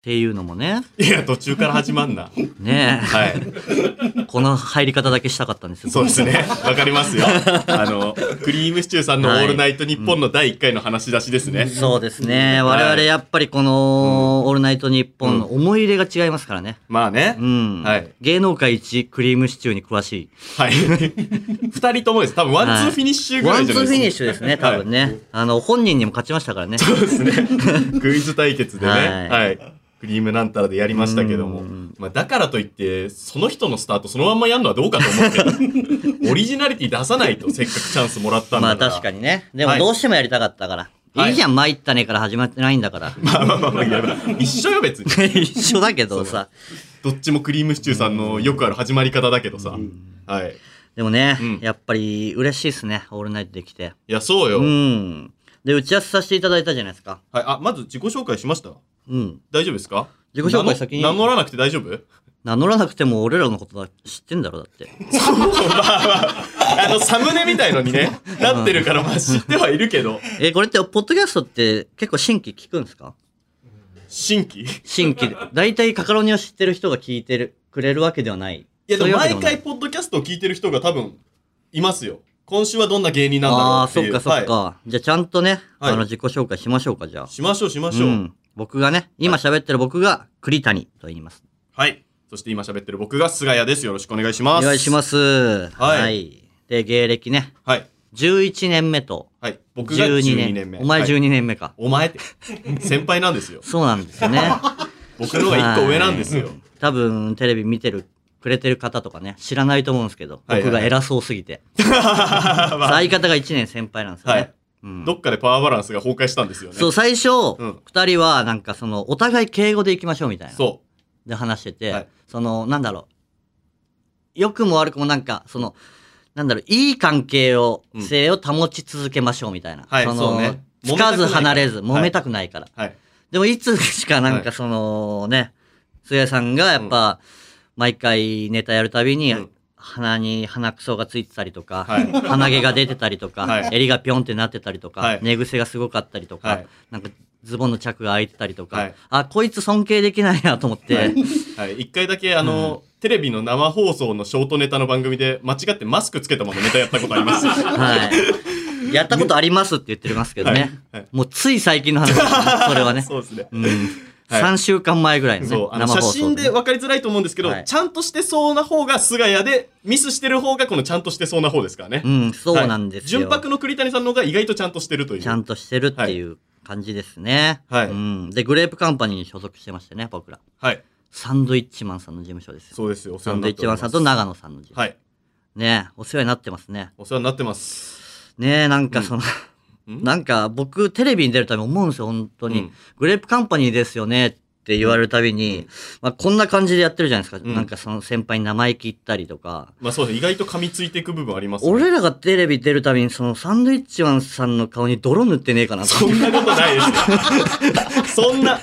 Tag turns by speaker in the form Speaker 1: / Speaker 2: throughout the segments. Speaker 1: ていうのもね、
Speaker 2: いや、途中から始まんな。
Speaker 1: ね
Speaker 2: はい。
Speaker 1: え、この入り方だけしたかったんですよ。
Speaker 2: そうですね。わかりますよ。あの、クリームシチューさんのオ
Speaker 1: はい
Speaker 2: ールナイト日本の第1回の話し出しですね。
Speaker 1: そうですね。我々やっぱりこの、オールナイトニッポンの思い入れが違いますからね。
Speaker 2: まあね。
Speaker 1: うん。
Speaker 2: はい
Speaker 1: 芸能界一クリームシチューに詳し
Speaker 2: はい。二人ともです。多分ワンツーフィニッシュ
Speaker 1: い。
Speaker 2: ぐら
Speaker 1: ワ
Speaker 2: い
Speaker 1: ン
Speaker 2: じ
Speaker 1: ツ
Speaker 2: ゃな
Speaker 1: ーフ
Speaker 2: い
Speaker 1: ィニッ
Speaker 2: です
Speaker 1: シュですね、多分ね。あの、本人にも勝ちましたからね。
Speaker 2: か。クイズ対決でね。
Speaker 1: はい
Speaker 2: はい。クリームなんたらでやりましたけど
Speaker 1: う
Speaker 2: も
Speaker 1: ん。
Speaker 2: まあだからといって、その人のスタートそのまんまやるのはどうかと思うけ ど、オリジナリティ出さないとせっかくチャンスもらったん
Speaker 1: ま
Speaker 2: だ
Speaker 1: あ
Speaker 2: から。
Speaker 1: 確かにね。でも
Speaker 2: はい
Speaker 1: どうしてもやりたかったから。
Speaker 2: はい
Speaker 1: いいじゃん、参ったねから始まってないんだから。
Speaker 2: まあまあまあまあいや一緒よ別に。
Speaker 1: 一緒だけど さ。
Speaker 2: どっちもクリームシチューさんのよくある始まり方だけどさ。はい。
Speaker 1: でもね、
Speaker 2: うん
Speaker 1: やっぱり嬉しいですね、オールナイトできて。
Speaker 2: いや、そうよ。
Speaker 1: うん。で、打ち合わせさせていただいたじゃないですか。
Speaker 2: はい。あ、まず自己紹介しました
Speaker 1: うん。
Speaker 2: 大丈夫ですか
Speaker 1: 自己紹介先に
Speaker 2: 名乗名乗らなくて大丈 夫
Speaker 1: 名乗らなくても俺らのことだ知ってんだろ、だって。
Speaker 2: あの、サムネみたいのにね、なってるから、まあ知ってはいるけど、
Speaker 1: え、これって、ポッドキャストって結構新規聞くんですか
Speaker 2: 新規。い
Speaker 1: 新規で。大体カカロニを知ってる人が聞いてる、くれるわけではない。
Speaker 2: や、で
Speaker 1: そういう
Speaker 2: も
Speaker 1: わけ
Speaker 2: 毎
Speaker 1: もない
Speaker 2: 回、ポッドキャストを聞いてる人が多分、いますよ。今週はどんな芸人なんだろう
Speaker 1: ああー、
Speaker 2: って
Speaker 1: そ
Speaker 2: い
Speaker 1: っ
Speaker 2: う。
Speaker 1: かそっか。
Speaker 2: は
Speaker 1: じゃあちゃんとね、
Speaker 2: は
Speaker 1: あ
Speaker 2: い
Speaker 1: の、自己紹介しましょうか、じゃあ
Speaker 2: い。。しましょう、しまし
Speaker 1: う
Speaker 2: ょう。
Speaker 1: ん。僕がね、今喋ってる僕が栗谷と言います。
Speaker 2: はい。そして今喋ってる僕が菅谷です。よろしくお願いしま
Speaker 1: お
Speaker 2: す。。
Speaker 1: 願いしますす。
Speaker 2: はい
Speaker 1: はい。で、芸歴ね、
Speaker 2: はい。
Speaker 1: 11年目と
Speaker 2: はい。僕が
Speaker 1: 12
Speaker 2: 12
Speaker 1: 年。
Speaker 2: 年目。
Speaker 1: お前
Speaker 2: はい
Speaker 1: 12年目か。
Speaker 2: お前って、先輩なんですよ。
Speaker 1: そうなんですよね。
Speaker 2: 僕の方が一個上なんです よ。
Speaker 1: 多分、テレビ見てる、くれてる方とかね、知らないと思うんですけど、
Speaker 2: はいはい
Speaker 1: 僕が偉そうすぎて。相方が1年先輩なんですよね。
Speaker 2: はい
Speaker 1: うん
Speaker 2: どっかでパワーバランスが崩壊したんですよね。
Speaker 1: そう、最初、
Speaker 2: うん
Speaker 1: 二人は、なんかその、お互い敬語で行きましょうみたいな。
Speaker 2: そう。
Speaker 1: で話してて、
Speaker 2: はい
Speaker 1: その、なんだろう。良くも悪くもなんか、その、なんだろう、いい関係を、
Speaker 2: うん
Speaker 1: 性を保ち続けましょうみたいな。
Speaker 2: はい
Speaker 1: の
Speaker 2: そうね
Speaker 1: つかず
Speaker 2: 揉めたくないから
Speaker 1: 離れず、揉めたくないから。
Speaker 2: はい。
Speaker 1: でもいつしかなん
Speaker 2: は
Speaker 1: かそのね、菅谷さんがやっぱ、毎回ネタやるたびに
Speaker 2: うん、
Speaker 1: 鼻に鼻くそがついてたりとか、
Speaker 2: はい
Speaker 1: 鼻毛が出てたりとか、
Speaker 2: はい
Speaker 1: 襟がピョンってなってたりとか、
Speaker 2: はい
Speaker 1: 寝癖がすごかったりとか、
Speaker 2: はい
Speaker 1: なんかズボンの着が開いてたりとか、
Speaker 2: はい
Speaker 1: あ、こいつ尊敬できないなと思って、
Speaker 2: はい、一回だけあの、テレビの生放送のショートネタの番組で間違ってマスクつけたままネタやったことあります。
Speaker 1: はい。やったことありますって言ってますけどね。
Speaker 2: はいはい
Speaker 1: もうつい最近の話で すね、それはね。
Speaker 2: そうですね。
Speaker 1: うん、
Speaker 2: はい
Speaker 1: 3週間前ぐらいのね、
Speaker 2: そう、あの写真で
Speaker 1: ね
Speaker 2: 分かりづらいと思うんですけど、
Speaker 1: はい
Speaker 2: ちゃんとしてそうな方が菅谷で、ミスしてる方がこのちゃんとしてそうな方ですからね。
Speaker 1: うん、そうなんですよ。
Speaker 2: はい純白の栗谷さんの方が意外とちゃんとしてるという。
Speaker 1: ちゃんとしてるっていう感じですね。
Speaker 2: はい
Speaker 1: うん。で、グレープカンパニーに所属してましてね、僕ら。
Speaker 2: はい。
Speaker 1: サンドイッチマンさんの事務所ですよ。
Speaker 2: そうですよ。お世
Speaker 1: サン
Speaker 2: 話に
Speaker 1: ド
Speaker 2: な
Speaker 1: イ
Speaker 2: っ
Speaker 1: ッ
Speaker 2: て
Speaker 1: チ
Speaker 2: お
Speaker 1: マン
Speaker 2: りま
Speaker 1: さん
Speaker 2: す。
Speaker 1: と長野さんの事務所。
Speaker 2: はい。
Speaker 1: ねえお世話になってますね。
Speaker 2: お世話になってます。
Speaker 1: ねえなんかその、
Speaker 2: ん
Speaker 1: なんか僕テレビに出るたび思うんですよ、本当に。
Speaker 2: うん
Speaker 1: グレープカンパニーですよねって言われるたびに、まあこんな感じでやってるじゃないですか。
Speaker 2: ん
Speaker 1: なんかその先輩に生意気言ったりとか。
Speaker 2: まあそうですね。意外と噛みついていく部分あります、ね。
Speaker 1: 俺らがテレビ出るたびに、そのサンドイッチマンさんの顔に泥塗ってねえかなと
Speaker 2: そんなことないです。そんな、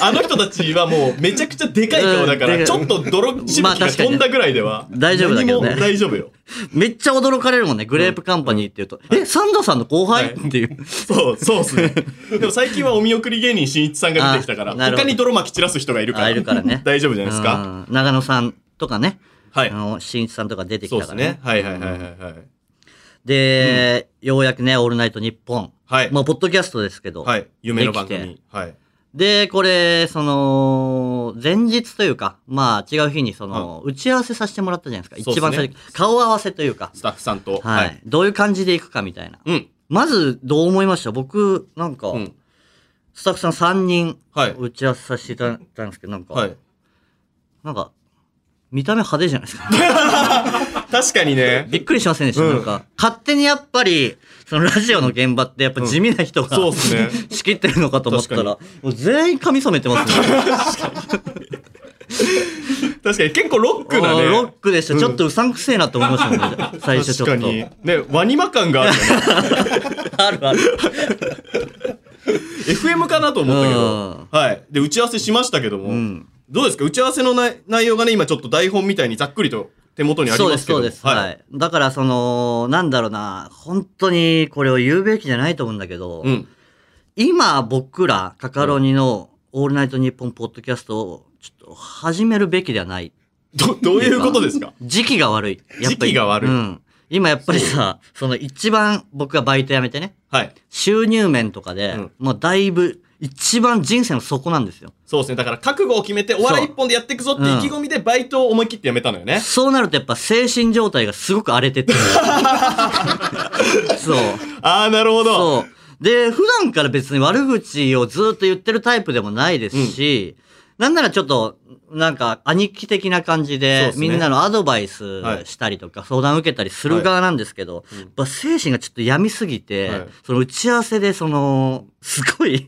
Speaker 2: あの人たちはもうめちゃくちゃでかい顔だか
Speaker 1: うんで
Speaker 2: ら、
Speaker 1: かい
Speaker 2: ちょっと泥しぶ
Speaker 1: まあ
Speaker 2: きが
Speaker 1: 確かに
Speaker 2: 飛んだぐらいでは、
Speaker 1: 大丈夫だけどね
Speaker 2: 何も大丈夫よ。
Speaker 1: めっちゃ驚かれるもんね。グレープカンパニーって言うと、え、サンドさんの後輩、
Speaker 2: はい
Speaker 1: っていう。
Speaker 2: そう、そうっすね。でも最近はお見送り芸人しんいちさんが出てきたか
Speaker 1: あ
Speaker 2: ら、
Speaker 1: なるほど
Speaker 2: 他に泥まき散らす人がいるから、
Speaker 1: あいるからね
Speaker 2: 大丈夫じゃないですか。
Speaker 1: うん長野さんとかね。
Speaker 2: はい
Speaker 1: あの、新一さんとか出て
Speaker 2: そ
Speaker 1: き
Speaker 2: うで
Speaker 1: たか
Speaker 2: す
Speaker 1: らね。
Speaker 2: ね。はいはいはいはいはい。
Speaker 1: で、ようやくね、オールナイト日本。
Speaker 2: はい
Speaker 1: まあ、ポッドキャストですけど。
Speaker 2: はい。夢の番
Speaker 1: でき
Speaker 2: 組。はい。
Speaker 1: で、これ、その、前日というか、まあ、違う日に、その、打ち合わせさせてもらったじゃないですか。
Speaker 2: そうっすね
Speaker 1: 一番最初、顔合わせというか、
Speaker 2: スタッフさんと。
Speaker 1: はい。。どういう感じで行くかみたいな。
Speaker 2: うん。
Speaker 1: まず、どう思いました僕、なんか、
Speaker 2: うん。
Speaker 1: スタッフさん3人、
Speaker 2: はい
Speaker 1: 打ち合わせさせていただいたんですけど、なんか、
Speaker 2: はい。
Speaker 1: なんか、見た目派手じゃない ですか。
Speaker 2: 確かにね。
Speaker 1: びっくりしませんでした。なんか、勝手にやっぱり、そのラジオの現場ってやっぱ地味な人が、
Speaker 2: そうっすね
Speaker 1: 仕切ってるのかと思ったら、
Speaker 2: 確
Speaker 1: もう全員髪染めてますね。
Speaker 2: 確かに結構ロックなね。
Speaker 1: ロックでした。ちょっとうさんくせえなって思いましたもん ね。最初ちょっと。
Speaker 2: 確かに。ね、ワニマ感があるよね。
Speaker 1: あるある。
Speaker 2: FM かなと思ったけど、はい。で、打ち合わせしましたけども、
Speaker 1: ん
Speaker 2: どうですか打ち合わせの内内容がね、今ちょっと台本みたいにざっくりと手元にあり
Speaker 1: そう
Speaker 2: ま
Speaker 1: ですす、
Speaker 2: けど
Speaker 1: そ
Speaker 2: も
Speaker 1: うです。はい。だから、その、なんだろうな、本当にこれを言うべきじゃないと思うんだけど、
Speaker 2: うん。
Speaker 1: 今僕ら、カカロニのオールナイトニッポンポッドキャストを、ちょっと始めるべきではない。
Speaker 2: ど、どういうことですか
Speaker 1: 時期が悪い。やっぱり
Speaker 2: 時期が悪い
Speaker 1: うん。今やっぱりさ、その一番僕がバイト辞めてね、
Speaker 2: はい。
Speaker 1: 収入面とかで、
Speaker 2: うん
Speaker 1: もうだいぶ、一番人生の底なんですよ。
Speaker 2: そうですね。だから覚悟を決めてお笑い一本でやっていくぞって意気込みでバイトを思い切ってやめたのよね。
Speaker 1: そうなるとやっぱ精神状態がすごく荒れて って。そう。
Speaker 2: ああ、なるほど。
Speaker 1: そう。で、普段から別に悪口をずっと言ってるタイプでもないですし、なんならちょっと、なんか、兄貴的な感じ
Speaker 2: そう
Speaker 1: で
Speaker 2: っ、すね
Speaker 1: みんなのアドバイス
Speaker 2: はい
Speaker 1: したりとか、相談受けたりする側なんですけど、
Speaker 2: うん
Speaker 1: やっぱ精神がちょっと病みすぎて、
Speaker 2: はい
Speaker 1: その打ち合わせで、その、すごい、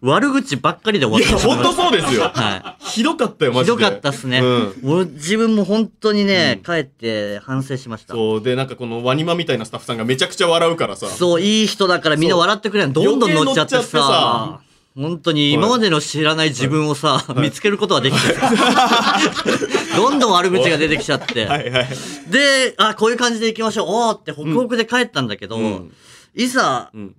Speaker 1: 悪口ばっかりで終わっ
Speaker 2: い
Speaker 1: て
Speaker 2: や、
Speaker 1: しま
Speaker 2: ほんと
Speaker 1: う。
Speaker 2: そうですよ。
Speaker 1: は
Speaker 2: ひどかったよ、
Speaker 1: い。
Speaker 2: マ
Speaker 1: ひ
Speaker 2: ジで。
Speaker 1: どかったっすね。
Speaker 2: うん。
Speaker 1: 俺自分も本当にね、帰って反省しました。
Speaker 2: そう、で、なんかこのワニマみたいなスタッフさんがめちゃくちゃ笑うからさ。
Speaker 1: そう、いい人だからみんな笑ってくれないどんどん乗っちゃって
Speaker 2: 余計乗っちゃ
Speaker 1: さ。本当に今までの知らない自分をさ、見つけることはでき てたどんどん悪口が出てきちゃって。
Speaker 2: はいはい。
Speaker 1: で、あ、こういう感じで行きましょう。おーってホクホクで帰ったんだけど、
Speaker 2: うん
Speaker 1: いざ、
Speaker 2: うん。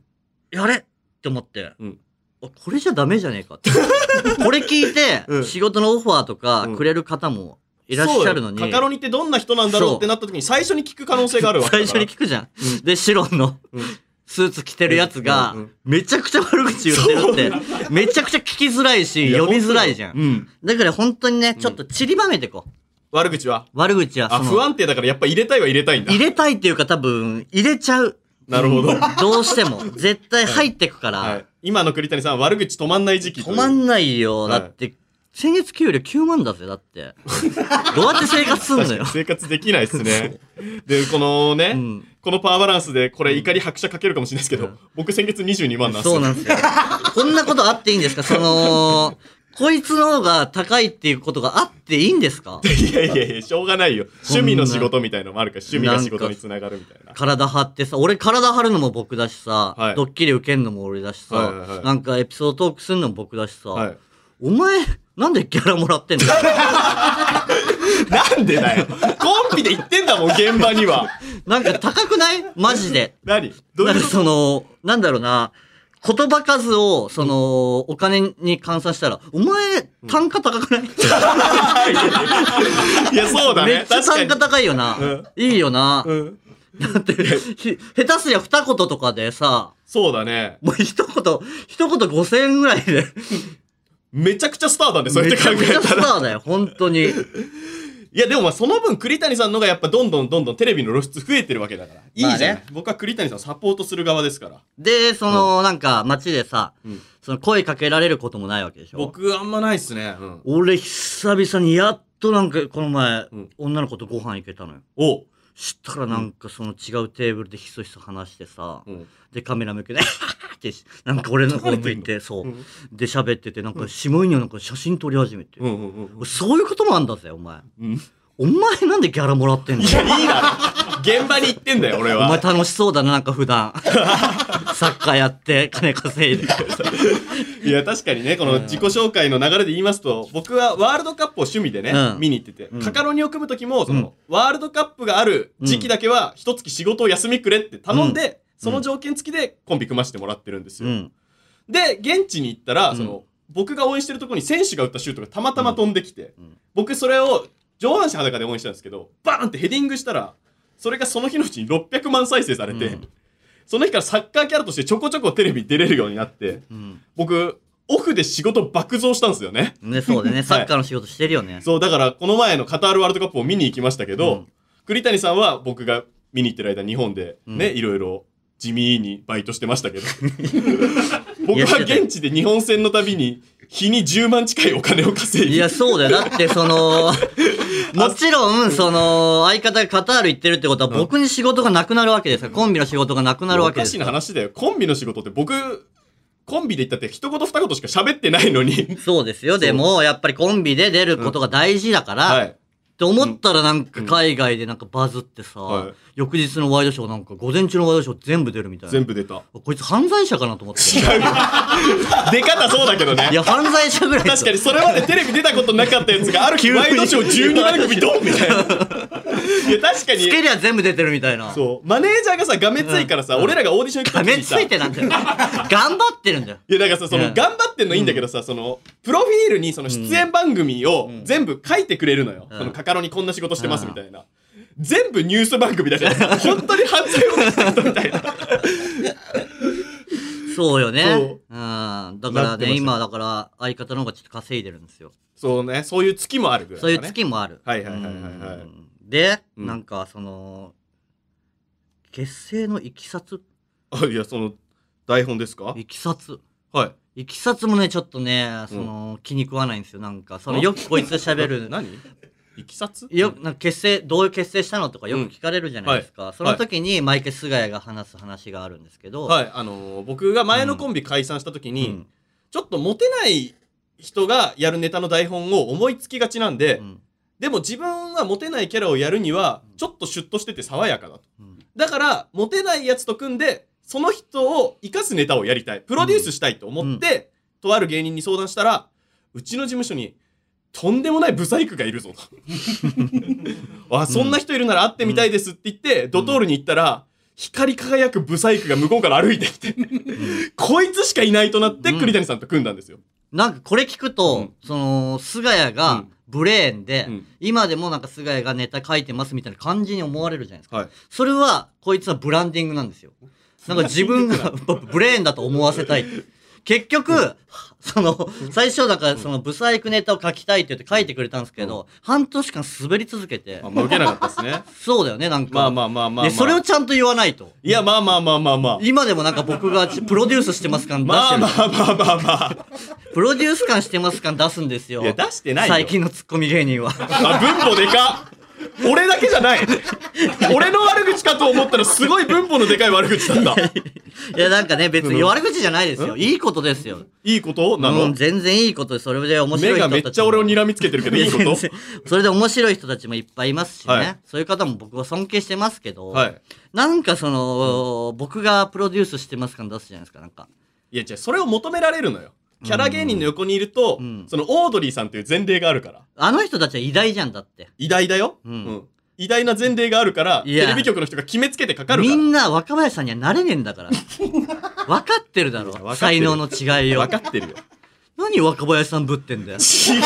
Speaker 1: やれって思って、
Speaker 2: うん
Speaker 1: あこれじゃダメじゃねえ かって。これ聞いて、
Speaker 2: うん
Speaker 1: 仕事のオファーとか
Speaker 2: うん
Speaker 1: くれる方もいらっしゃるのに。
Speaker 2: そうよカカロニってどんな人なんだろうってなった時に最初に聞く可能性があるわけ
Speaker 1: 最
Speaker 2: だか
Speaker 1: 初
Speaker 2: ら
Speaker 1: に聞くじゃん。で、シロンの
Speaker 2: うん
Speaker 1: スーツ着てるやつが
Speaker 2: うんうん、
Speaker 1: めちゃくちゃ悪口言ってるって、めちゃくちゃ聞きづらいし、
Speaker 2: や
Speaker 1: 読みづらいじゃ。
Speaker 2: うんん。
Speaker 1: だから本当にね、ちょっと散りばめてこう。
Speaker 2: 悪口は
Speaker 1: 悪口は
Speaker 2: あ、
Speaker 1: そ
Speaker 2: 不
Speaker 1: の、
Speaker 2: 安定だからやっぱ入れたいは入れたいんだ
Speaker 1: 入。れたいっていうか多分、入れちゃう。
Speaker 2: なるほど。
Speaker 1: どうして も。絶対入ってくか
Speaker 2: は
Speaker 1: ら
Speaker 2: い、、今の栗谷さん悪口止まんない時期と
Speaker 1: 止
Speaker 2: いう
Speaker 1: まんないよ。
Speaker 2: は
Speaker 1: だ
Speaker 2: い
Speaker 1: って、先月給料9万だぜ、だって。 どうやって生活すんの
Speaker 2: 確か
Speaker 1: よ
Speaker 2: に。生活できないです ね。で、このね、
Speaker 1: うん
Speaker 2: このパワーバランスでこれ怒り拍車かけるかもしれないですけど、僕先月22万なんですよ
Speaker 1: そうなんですよ。こんなことあっていいんですかその、こいつの方が高いっていうことがあっていいんですか
Speaker 2: いやいやいや、しょうがないよ。趣味の仕事みたいのもあるから、趣味が仕事につながるみたいな。
Speaker 1: 体張ってさ、俺体張るのも僕だしさ、
Speaker 2: はい
Speaker 1: ドッキリ受けんのも俺だしさ、
Speaker 2: はいはいはい
Speaker 1: なんかエピソードトークすんのも僕だしさ、
Speaker 2: はい
Speaker 1: お前、なんでギャラもら ってんの
Speaker 2: なんでだよ。コンビで行ってんだもん、現場には。
Speaker 1: なんか高くないマジで。
Speaker 2: 何どう
Speaker 1: ないん
Speaker 2: う
Speaker 1: か
Speaker 2: こと
Speaker 1: その、なんだろうな、言葉数を、その、お金に換算したら、お前、単価高くない、
Speaker 2: いや、そうだ
Speaker 1: めっ
Speaker 2: ね。
Speaker 1: ちゃ
Speaker 2: 確か
Speaker 1: 単
Speaker 2: に
Speaker 1: 価。高いよな。
Speaker 2: うん
Speaker 1: いいよな。
Speaker 2: うん。
Speaker 1: だって、ひ下手すりゃ二言とかでさ、
Speaker 2: そうだね。
Speaker 1: もう一言、一言5000円ぐらいで、
Speaker 2: めちゃくちゃスターだね、そうや
Speaker 1: め
Speaker 2: って
Speaker 1: ち
Speaker 2: 考
Speaker 1: ゃくち
Speaker 2: え
Speaker 1: ゃス
Speaker 2: た
Speaker 1: タ
Speaker 2: ら。
Speaker 1: ーだよ、本当に。
Speaker 2: いや、でもまあ、その分、栗谷さんのがやっぱどんどんどんどんテレビの露出増えてるわけだから。いいじゃん。
Speaker 1: まあね
Speaker 2: 僕は栗谷さんをサポートする側ですから。
Speaker 1: で、その、なんか、街でさ、
Speaker 2: うん
Speaker 1: その声かけられることもないわけでしょ
Speaker 2: 僕、あんまないっすね。うん。
Speaker 1: 俺、久々にやっとなんか、この前、
Speaker 2: うん
Speaker 1: 女の子とご飯行けたのよ。
Speaker 2: おう。
Speaker 1: したらなんか、その違うテーブルでひそひそ話してさ、
Speaker 2: うん。
Speaker 1: で、カメラ向けて、 ってし、なんか俺の方向いて、そう。
Speaker 2: うん
Speaker 1: で、喋ってて、なんか、下犬のなんか写真撮り始めて。
Speaker 2: うんうんうん。
Speaker 1: そういうこともあんだぜ、お前。
Speaker 2: うん
Speaker 1: お前なんでギャラもらってんの
Speaker 2: いや、いいだろ。現場に行ってんだよ、俺
Speaker 1: お前
Speaker 2: は。
Speaker 1: 楽しそうだな、なんか普 段。サッカーやって、金稼いで。
Speaker 2: いや、確かにね、この自己紹介の流れで言いますと、僕はワールドカップを趣味でね、
Speaker 1: うん
Speaker 2: 見に行ってて、
Speaker 1: うん
Speaker 2: カカロニを組む時も、その、ワールドカップがある時期だけは、一月仕事を休みくれって頼んで、その条件付きでコンビ組ましてもらってるんです
Speaker 1: う
Speaker 2: よ。
Speaker 1: ん。
Speaker 2: で、現地に行ったら、
Speaker 1: うん
Speaker 2: その、僕が応援してるところに選手が打ったシュートがたまたま飛んできて、
Speaker 1: うん
Speaker 2: 僕それを上半身裸で応援したんですけど、バーンってヘディングしたら、それがその日のうちに600万再生されて、
Speaker 1: うん
Speaker 2: その日からサッカーキャラとしてちょこちょこテレビに出れるようになって、
Speaker 1: うん。
Speaker 2: 僕、オフで仕事爆増したんですよね。
Speaker 1: ね、そうだね。サッカーの仕事してるよね。
Speaker 2: そう、だからこの前のカタールワールドカップを見に行きましたけど、
Speaker 1: うん
Speaker 2: 栗谷さんは僕が見に行ってる間日本でね、
Speaker 1: うん
Speaker 2: いろいろ地味にバイトしてましたけ
Speaker 1: い
Speaker 2: ど、僕
Speaker 1: や
Speaker 2: は
Speaker 1: してたよ
Speaker 2: 現地で日本戦のたびに日に10万近いお金を稼い
Speaker 1: い
Speaker 2: で、
Speaker 1: や、そうだよ。だって、そ の、もちろん、その、相方がカタール行ってるってことは、僕に仕事がなくなるわけですから、コンビの仕事がなくなる
Speaker 2: お
Speaker 1: わけ
Speaker 2: か
Speaker 1: です
Speaker 2: し
Speaker 1: よ
Speaker 2: な話だよ。コンビの仕事って僕、コンビで言ったって一言二言しか喋ってないのに、
Speaker 1: そうですよ。でも、やっぱりコンビで出ることが大事だから、
Speaker 2: はい。
Speaker 1: って思ったらなんか海外でなんかバズってさ、
Speaker 2: はい
Speaker 1: 翌日のワイドショーなんか午前中のワイドショー全部出るみたいな。
Speaker 2: 全部出た。
Speaker 1: こいつ犯罪者かなと思 って。
Speaker 2: 違うよ。出方そうだけどね
Speaker 1: い。や、犯罪者ぐらいです
Speaker 2: 確かにそれまでテレビ出たことなかったやつがある日ワイドショー12番組ドンみたいないや確か
Speaker 1: つけ
Speaker 2: に
Speaker 1: りゃ全部出てるみたいな。
Speaker 2: そうマネージャーがさがめついからさ、
Speaker 1: うん
Speaker 2: 俺らがオーディション行く
Speaker 1: 画
Speaker 2: 時
Speaker 1: 面
Speaker 2: に
Speaker 1: つ
Speaker 2: さ
Speaker 1: いてなん だよ。頑張ってるんだよ。
Speaker 2: いやだからさその、
Speaker 1: うん
Speaker 2: 頑張ってんのいいんだけどさ、そのプロフィールにその出演番組を
Speaker 1: うん
Speaker 2: 全部書いてくれるのよ、
Speaker 1: うん
Speaker 2: そのカカロニこんな仕事してますみたいな、全部ニュース番組だ から本当に犯罪をした人みたいな
Speaker 1: そうよね。
Speaker 2: そう
Speaker 1: うん。だか
Speaker 2: な
Speaker 1: ら
Speaker 2: って
Speaker 1: ね、
Speaker 2: ました
Speaker 1: 今、だから、相方の方がちょっと稼いでるんですよ。
Speaker 2: そうねそういう月もあるぐらい
Speaker 1: そういう
Speaker 2: だね
Speaker 1: 月もある。
Speaker 2: はいはいはいはいはい
Speaker 1: うんで、
Speaker 2: うん
Speaker 1: なんか、その、結成のいきさつ
Speaker 2: あいやその台本ですか
Speaker 1: いきさつ
Speaker 2: はい
Speaker 1: いきさつもね、ちょっとね、その、気に食わないんですよ。なんか、その、
Speaker 2: あ
Speaker 1: よくこいつ喋る。
Speaker 2: 何いきさつ
Speaker 1: よなんか結成どういう結成したのとかよく聞かれるじゃないですか、その時に毎回菅谷が話す話があるんですけど、
Speaker 2: はいあのー僕が前のコンビ解散した時
Speaker 1: う
Speaker 2: に、
Speaker 1: ん
Speaker 2: ちょっとモテない人がやるネタの台本を思いつきがちなんで、
Speaker 1: うん
Speaker 2: でも自分はモテないキャラをやるにはちょっとシュッとしてて爽やかだと
Speaker 1: うん
Speaker 2: だからモテないやつと組んでその人を生かすネタをやりたいプロデュースしたいと思って、とある芸人に相談したらうちの事務所にとんでもないブサイクがいる ぞとあそんな人いるなら会ってみたいですって言って、ドトールに行ったら光り輝くブサイクが向こうから歩いてきてこいつしかいないとなって
Speaker 1: うん
Speaker 2: 栗谷さんと組んだんですよ、
Speaker 1: なんかこれ聞くと、
Speaker 2: うん
Speaker 1: その菅谷
Speaker 2: う
Speaker 1: が
Speaker 2: ん
Speaker 1: ブレーンで、
Speaker 2: うん
Speaker 1: 今でもなんか菅谷がネタ書いてますみたいな感じに思われるじゃないですか、
Speaker 2: はい
Speaker 1: それはこいつはブランディングなんですよなんか自分 がブレーンだと思わせたい結局、その最初だからそのブサイクネタを書きたいって言って書いてくれたんですけど、半年間滑り続けて、
Speaker 2: あんま受けなかったですね
Speaker 1: そうだよねなんか、
Speaker 2: まあまあまあまあ、まあ、
Speaker 1: でそれをちゃんと言わないと
Speaker 2: いやまあまあまあまあまあ
Speaker 1: 今でもなんか僕がちプロデュースしてます感出し
Speaker 2: ま
Speaker 1: て
Speaker 2: あ
Speaker 1: る、
Speaker 2: まあまあまあまあ
Speaker 1: プロデュース感してます感出すんですよ
Speaker 2: いや出してないよ
Speaker 1: 最近のツッコミ芸人は
Speaker 2: あ、分母でかっ俺だけじゃない俺の悪口かと思ったらすごい分母のでかい悪口だ った。
Speaker 1: いやなんかね別に悪口じゃないですよ
Speaker 2: う
Speaker 1: いいことですよ
Speaker 2: いいことな
Speaker 1: う
Speaker 2: の
Speaker 1: ん、全然いいことですそれで面白い
Speaker 2: 目
Speaker 1: 人た
Speaker 2: が
Speaker 1: ち
Speaker 2: めっちゃ俺を睨みつけてるけどいいこ
Speaker 1: いや全
Speaker 2: と
Speaker 1: 然それで面白い人たちもいっぱいいますしね、
Speaker 2: はい
Speaker 1: そういう方も僕は尊敬してますけど、
Speaker 2: はい。
Speaker 1: なんかその、僕がプロデュースしてます感出すじゃないですかなんか
Speaker 2: いや、じゃそれを求められるのよ。キャラ芸人の横にいると、
Speaker 1: うん
Speaker 2: そのオードリーさんという前例があるから。
Speaker 1: あの人たちは偉大じゃんだって
Speaker 2: 偉大だよ。
Speaker 1: うん
Speaker 2: 偉大な前例があるから、
Speaker 1: いや
Speaker 2: テレビ局の人が決めつけてかかる
Speaker 1: み
Speaker 2: から。
Speaker 1: んな若林さんにはなれねえんだ から。分かってるだ
Speaker 2: いや分かって
Speaker 1: ろ。
Speaker 2: る
Speaker 1: 才能の違いを
Speaker 2: 分。かってるよ。
Speaker 1: 何若林さんぶってんだよ。
Speaker 2: 違う。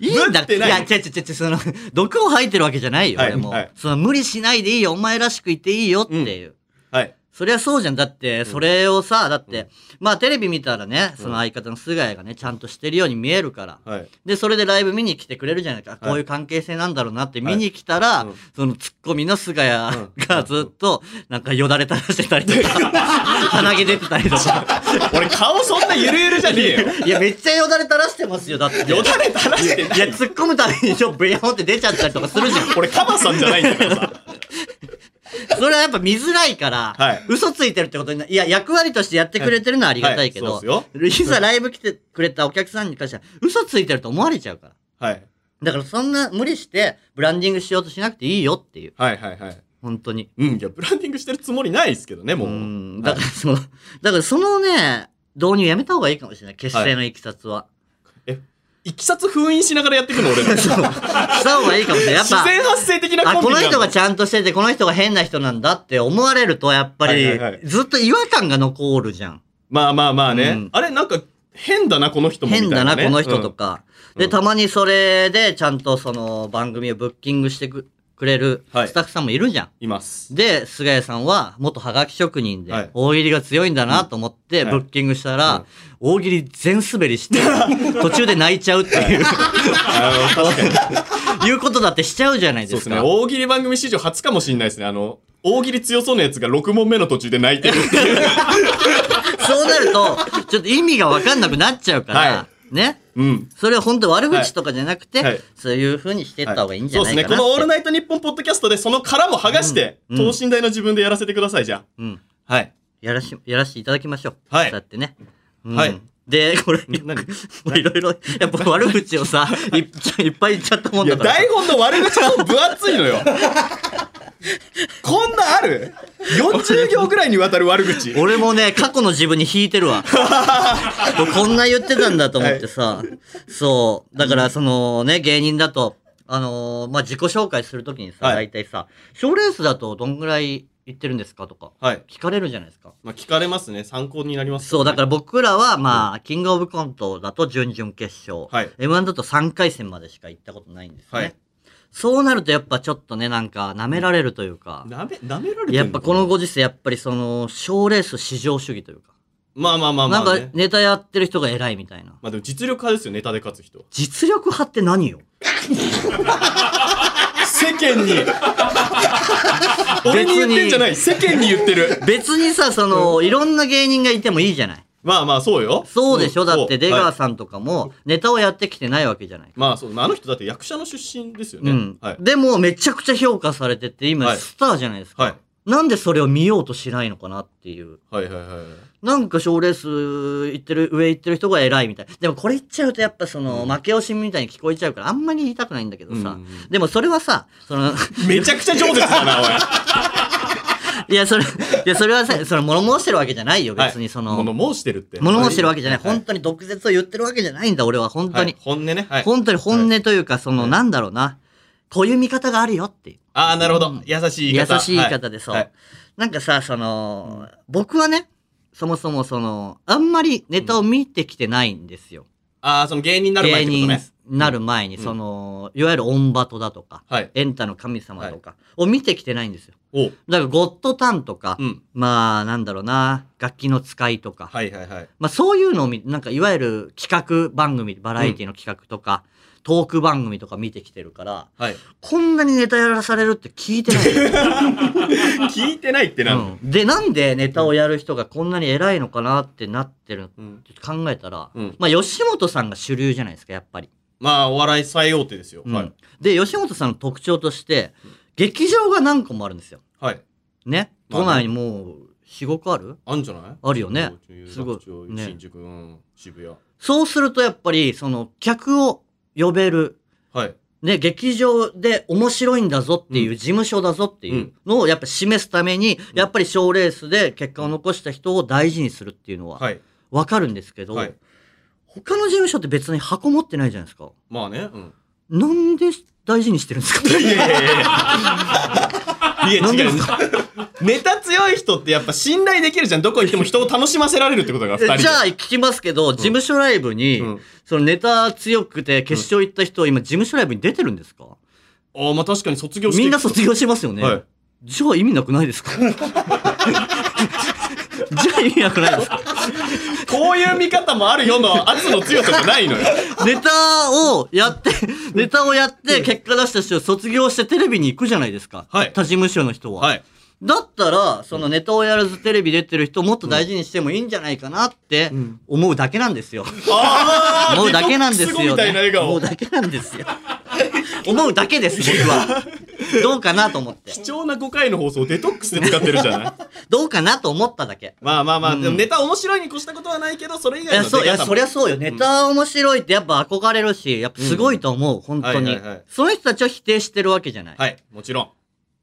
Speaker 1: いいんだ
Speaker 2: ぶってない
Speaker 1: や、違う違う違う、その、毒を吐いてるわけじゃないよ、
Speaker 2: はい
Speaker 1: 俺も
Speaker 2: はい。
Speaker 1: その、無理しないでいいよ、お前らしくいていいよっていう。
Speaker 2: はい。
Speaker 1: そりゃそうじゃん。だって、それをさ、だって、まあテレビ見たらね、その相方の菅谷がね、ちゃんとしてるように見えるから。
Speaker 2: はい。
Speaker 1: で、それでライブ見に来てくれるじゃないか。
Speaker 2: はい
Speaker 1: こういう関係性なんだろうなって見に来たら、
Speaker 2: うん
Speaker 1: そのツッコミの菅谷
Speaker 2: うん
Speaker 1: がずっと、なんかよだれ垂らしてたりとか、 鼻毛出てたりとか。
Speaker 2: 俺顔そんなゆるゆるじゃねえよ。
Speaker 1: いや、めっちゃよだれ垂らしてますよ、だって。
Speaker 2: よだれ垂らしてない
Speaker 1: いや、突っ込むためにちょ、ブヤホンって出ちゃったりとかする じゃん。
Speaker 2: 俺カバさんじゃないんだからさ。
Speaker 1: それはやっぱ見づらいから、
Speaker 2: はい
Speaker 1: 嘘ついてるってことにな、いや、役割としてやってくれてるのはありがたいけど、
Speaker 2: はいはいそ
Speaker 1: いざライブ来てくれたお客さんに関しては、嘘ついてると思われちゃうから。
Speaker 2: はい。
Speaker 1: だからそんな無理して、ブランディングしようとしなくていいよっていう。
Speaker 2: はいはいはい。
Speaker 1: 本当に。
Speaker 2: うん、いや、ブランディングしてるつもりないですけどね、もう。
Speaker 1: うんだからその、だからそのね、導入やめた方がいいかもしれない。結成のいきさつは。
Speaker 2: いきさつ封印しながらやっていくの、 俺ら。自
Speaker 1: した方がいいかもしれない。やっぱ、
Speaker 2: 然発生的な
Speaker 1: あ、
Speaker 2: コン
Speaker 1: こ
Speaker 2: ビ
Speaker 1: の
Speaker 2: な
Speaker 1: 人がちゃんとしてて、この人が変な人なんだって思われると、やっぱり、
Speaker 2: はいはいはい
Speaker 1: ずっと違和感が残るじゃん。
Speaker 2: まあまあまあね。
Speaker 1: うん
Speaker 2: あれ、なんか、変だな、この人もみたい
Speaker 1: 変だ
Speaker 2: な、
Speaker 1: な、
Speaker 2: ね。
Speaker 1: この人とか。
Speaker 2: うんう
Speaker 1: で、
Speaker 2: ん
Speaker 1: たまにそれで、ちゃんとその番組をブッキングしてくくれる
Speaker 2: はい
Speaker 1: スタッフさんもいるじゃん。
Speaker 2: うん。います。
Speaker 1: で、菅谷さんは元ハガキ職人
Speaker 2: は
Speaker 1: で
Speaker 2: い、
Speaker 1: 大喜利が強いんだなと思って、
Speaker 2: うん
Speaker 1: ブ
Speaker 2: は
Speaker 1: ッ
Speaker 2: い
Speaker 1: キングしたら、大喜利全滑り して、途中で泣いちゃうっていう、
Speaker 2: あの、確かに。
Speaker 1: いうことだってしちゃうじゃない
Speaker 2: そう
Speaker 1: で
Speaker 2: です
Speaker 1: す
Speaker 2: ね。
Speaker 1: か。
Speaker 2: 大喜利番組史上初かもしれないですね。あの、大喜利強そうなやつが6問目の途中で泣いてるっていう。
Speaker 1: そうなると、ちょっと意味がわかんなくなっちゃうから
Speaker 2: は、
Speaker 1: ね。
Speaker 2: うん。
Speaker 1: それは本当悪口とかじゃなくて、
Speaker 2: はいはい
Speaker 1: そういう風にしていった方がいいんじ
Speaker 2: そ
Speaker 1: ゃ
Speaker 2: うで
Speaker 1: な
Speaker 2: す
Speaker 1: い
Speaker 2: ね。
Speaker 1: かな
Speaker 2: こ
Speaker 1: って。
Speaker 2: のオールナイトニッポンポッドキャストでその殻も剥がして、
Speaker 1: うんうん
Speaker 2: 等身大の自分でやらせてください、じゃ
Speaker 1: うん。
Speaker 2: あ。はい。
Speaker 1: やらし、やらしていただきましょう。
Speaker 2: はい
Speaker 1: だってね。うん
Speaker 2: はい。
Speaker 1: で、これ、 も
Speaker 2: 何
Speaker 1: ういろいろ、やっぱ悪口をさ、いっちゃいっぱい言っちゃったもん
Speaker 2: いや、
Speaker 1: だから。
Speaker 2: 台本の悪口も分厚いの よ。こんなある ?40 行ぐらいにわたる悪口。
Speaker 1: 俺もね、過去の自分に引いてるわ。こんな言ってたんだと思ってさ。そう。だから、そのね、芸人だと、あのーまあ、自己紹介するときにさ、
Speaker 2: はい
Speaker 1: 大体さ、賞レースだとどんぐらい行ってるんですかとか、
Speaker 2: はい。
Speaker 1: 聞かれるじゃないですか。
Speaker 2: まあ、聞かれますね。参考になります、。
Speaker 1: そう、だからら僕らは、まあ、キングオブコントだと準々決勝、
Speaker 2: はい。
Speaker 1: M1 だと3回戦までしか行ったことないんですね。
Speaker 2: はい
Speaker 1: そうなるとやっぱちょっとね、なんか舐められるというか、
Speaker 2: なめ、なめられてる
Speaker 1: やっぱこのご時世、やっぱりその、賞レース至上主義というか、
Speaker 2: まあまあまあまあ、ね。
Speaker 1: なんかネタやってる人が偉いみたいな。
Speaker 2: まあでも実力派ですよ、ネタで勝つ人は。
Speaker 1: 実力派って何よ
Speaker 2: 世間に。俺に言ってんじゃない。世間に言ってる。
Speaker 1: 別にさ、そ の、いろんな芸人がいてもいいじゃない。
Speaker 2: まあまあ、そうよ。
Speaker 1: そうでしょ、
Speaker 2: ん
Speaker 1: だって出
Speaker 2: は
Speaker 1: 川
Speaker 2: い
Speaker 1: さんとかもネタをやってきてないわけじゃない。
Speaker 2: まあそう、まああの人だって役者の出身ですよね。
Speaker 1: うん、
Speaker 2: はい。
Speaker 1: でもめちゃくちゃ評価されてて今
Speaker 2: はい
Speaker 1: スターじゃないですか、
Speaker 2: はい。
Speaker 1: なんでそれを見ようとしないのかなっていう
Speaker 2: はいはいはいはい。
Speaker 1: なんか賞レース行ってる上行ってる人が偉いみたいでもこれ言っちゃうとやっぱその、
Speaker 2: うん
Speaker 1: 負け惜しみみたいに聞こえちゃうからあんまり言いたくないんだけどさ、
Speaker 2: うん
Speaker 1: でもそれはさその
Speaker 2: めちゃくちゃ饒舌だ な、おい。
Speaker 1: いやそれいやそれはさその物申してるわけじゃないよ
Speaker 2: はい
Speaker 1: 別にその、
Speaker 2: 物申してるって。
Speaker 1: 物申してるわけじゃない、
Speaker 2: はい
Speaker 1: 本当に毒舌を言ってるわけじゃないんだ俺は本当に、
Speaker 2: はい本音ね。はい。
Speaker 1: 本当に本音というか、その、
Speaker 2: はい
Speaker 1: なんだろうな。こういう見方があるよっていう。
Speaker 2: ああ、なるほ
Speaker 1: う
Speaker 2: ど
Speaker 1: ん。
Speaker 2: 優しい言
Speaker 1: 優
Speaker 2: い方。
Speaker 1: しい言い方でそう。
Speaker 2: はい
Speaker 1: なんかさ、その、僕はね、そもそもその、あんまりネタを見てきてないんですよ。
Speaker 2: ああ、その芸人になる前っ
Speaker 1: 芸
Speaker 2: てこと
Speaker 1: 人に
Speaker 2: ね。
Speaker 1: なる前に、
Speaker 2: うん
Speaker 1: その、いわゆるオンバトだとか、
Speaker 2: はい。
Speaker 1: エンタの神様とかを見てきてないんですよ。
Speaker 2: おう。
Speaker 1: だから、ゴッドタンとか、
Speaker 2: うん。
Speaker 1: まあ、なんだろうな、楽器の使いとか、
Speaker 2: はいはいはい。
Speaker 1: まあそういうのを見、なんかいわゆる企画番組、バラエティの企画とか、トーク番組とか見てきてるから、
Speaker 2: はい。
Speaker 1: こんなにネタやらされるって聞いて ない。
Speaker 2: 聞いてないってな
Speaker 1: うんで、なんでネタをやる人がこんなに偉いのかなってなってる
Speaker 2: うん。
Speaker 1: って考えたら、
Speaker 2: うん
Speaker 1: まあ、吉本さんが主流じゃないですか、やっぱり。
Speaker 2: まあ、お笑い最大手ですよ。
Speaker 1: うん
Speaker 2: はい。
Speaker 1: で、吉本さんの特徴として、劇場が何個もあるんですよ。
Speaker 2: はい。
Speaker 1: ね。
Speaker 2: まあ
Speaker 1: 都
Speaker 2: ね
Speaker 1: 内にもう4、5個ある
Speaker 2: あんじゃない
Speaker 1: あるよね。
Speaker 2: 東
Speaker 1: す
Speaker 2: 京
Speaker 1: ごい
Speaker 2: 有楽町
Speaker 1: ね
Speaker 2: 新宿、うん、渋谷。
Speaker 1: そうするとやっぱり、その、客を呼べる、
Speaker 2: はい。
Speaker 1: ね、劇場で面白いんだぞっていう、
Speaker 2: う
Speaker 1: 事務所だぞっていうのをやっぱ示すために、やっぱり賞レースで結果を残した人を大事にするっていうのは
Speaker 2: はい。
Speaker 1: わかるんですけど、
Speaker 2: はい。
Speaker 1: 他の事務所って別に箱持ってないじゃないですか。
Speaker 2: まあね。 うん。
Speaker 1: なんで大事にしてるんですか
Speaker 2: いやいやいやいや。
Speaker 1: なん
Speaker 2: い
Speaker 1: で
Speaker 2: や
Speaker 1: で
Speaker 2: 違う
Speaker 1: す。
Speaker 2: ネタ強い人ってやっぱ信頼できるじゃん。どこ行っても人を楽しませられるってことが、二人で。
Speaker 1: じゃあ聞きますけど、事務所ライブに、
Speaker 2: うん
Speaker 1: そのネタ強くて決勝行った人、今事務所ライブに出てるんですか
Speaker 2: ああ、まあ確かに卒業して
Speaker 1: みんな卒
Speaker 2: 業
Speaker 1: 業しますよね。
Speaker 2: はい。
Speaker 1: じゃあ意味なくないです かじゃあ意味なくないですか
Speaker 2: こういう見方もあるよの圧の強さじゃない のよ。
Speaker 1: ネタをやって、ネタをやって、結果出した人、卒業してテレビに行くじゃないですか。
Speaker 2: はい
Speaker 1: 他事務所の人は。
Speaker 2: はい。
Speaker 1: だったら、そのネタをやらずテレビ出てる人、もっと大事にしてもいいんじゃないかなって
Speaker 2: ん
Speaker 1: 思うだけなん ですよ。
Speaker 2: ああ
Speaker 1: 思うだけなんです
Speaker 2: デトックス後
Speaker 1: よ、
Speaker 2: みたいな
Speaker 1: ね。
Speaker 2: 笑
Speaker 1: 思
Speaker 2: 顔
Speaker 1: う。だけなんですよ。 思うだけ です、僕は。どうかなと思って。
Speaker 2: 貴重な5回の放送をデトックスで使ってるじゃない
Speaker 1: どうかなと思っただけ。
Speaker 2: まあまあまあ、
Speaker 1: うん
Speaker 2: でもネタ面白いに越したことはないけど、それ以
Speaker 1: い
Speaker 2: 外
Speaker 1: や、
Speaker 2: の出方
Speaker 1: そ
Speaker 2: も
Speaker 1: う、いや、そりゃそうよ。ネタ面白いってやっぱ憧れるし、やっぱすごいと思う、本当に、
Speaker 2: はいはいはい
Speaker 1: その人たちを否定してるわけじゃない。
Speaker 2: はい、もちろん。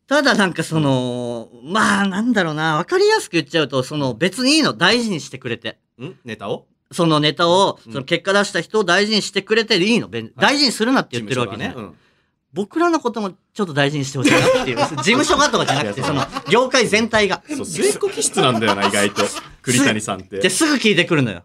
Speaker 1: ただなんかその、まあなんだろうな、わかりやすく言っちゃうと、その別にいいの、大事にしてくれて。
Speaker 2: んネタを
Speaker 1: そのネタを、
Speaker 2: うん
Speaker 1: その結果出した人を大事にしてくれていいの、べん大事にするなって言ってるわけじゃない、
Speaker 2: 事務所がね。うん
Speaker 1: 僕らのこともちょっと大事にしてほしいな っていう。事務所がとかじゃなくて、その業界全体が。
Speaker 2: そう、末っ子気質なんだよな、意外 と。 栗谷さんって
Speaker 1: で、。すぐ聞いてくるのよ。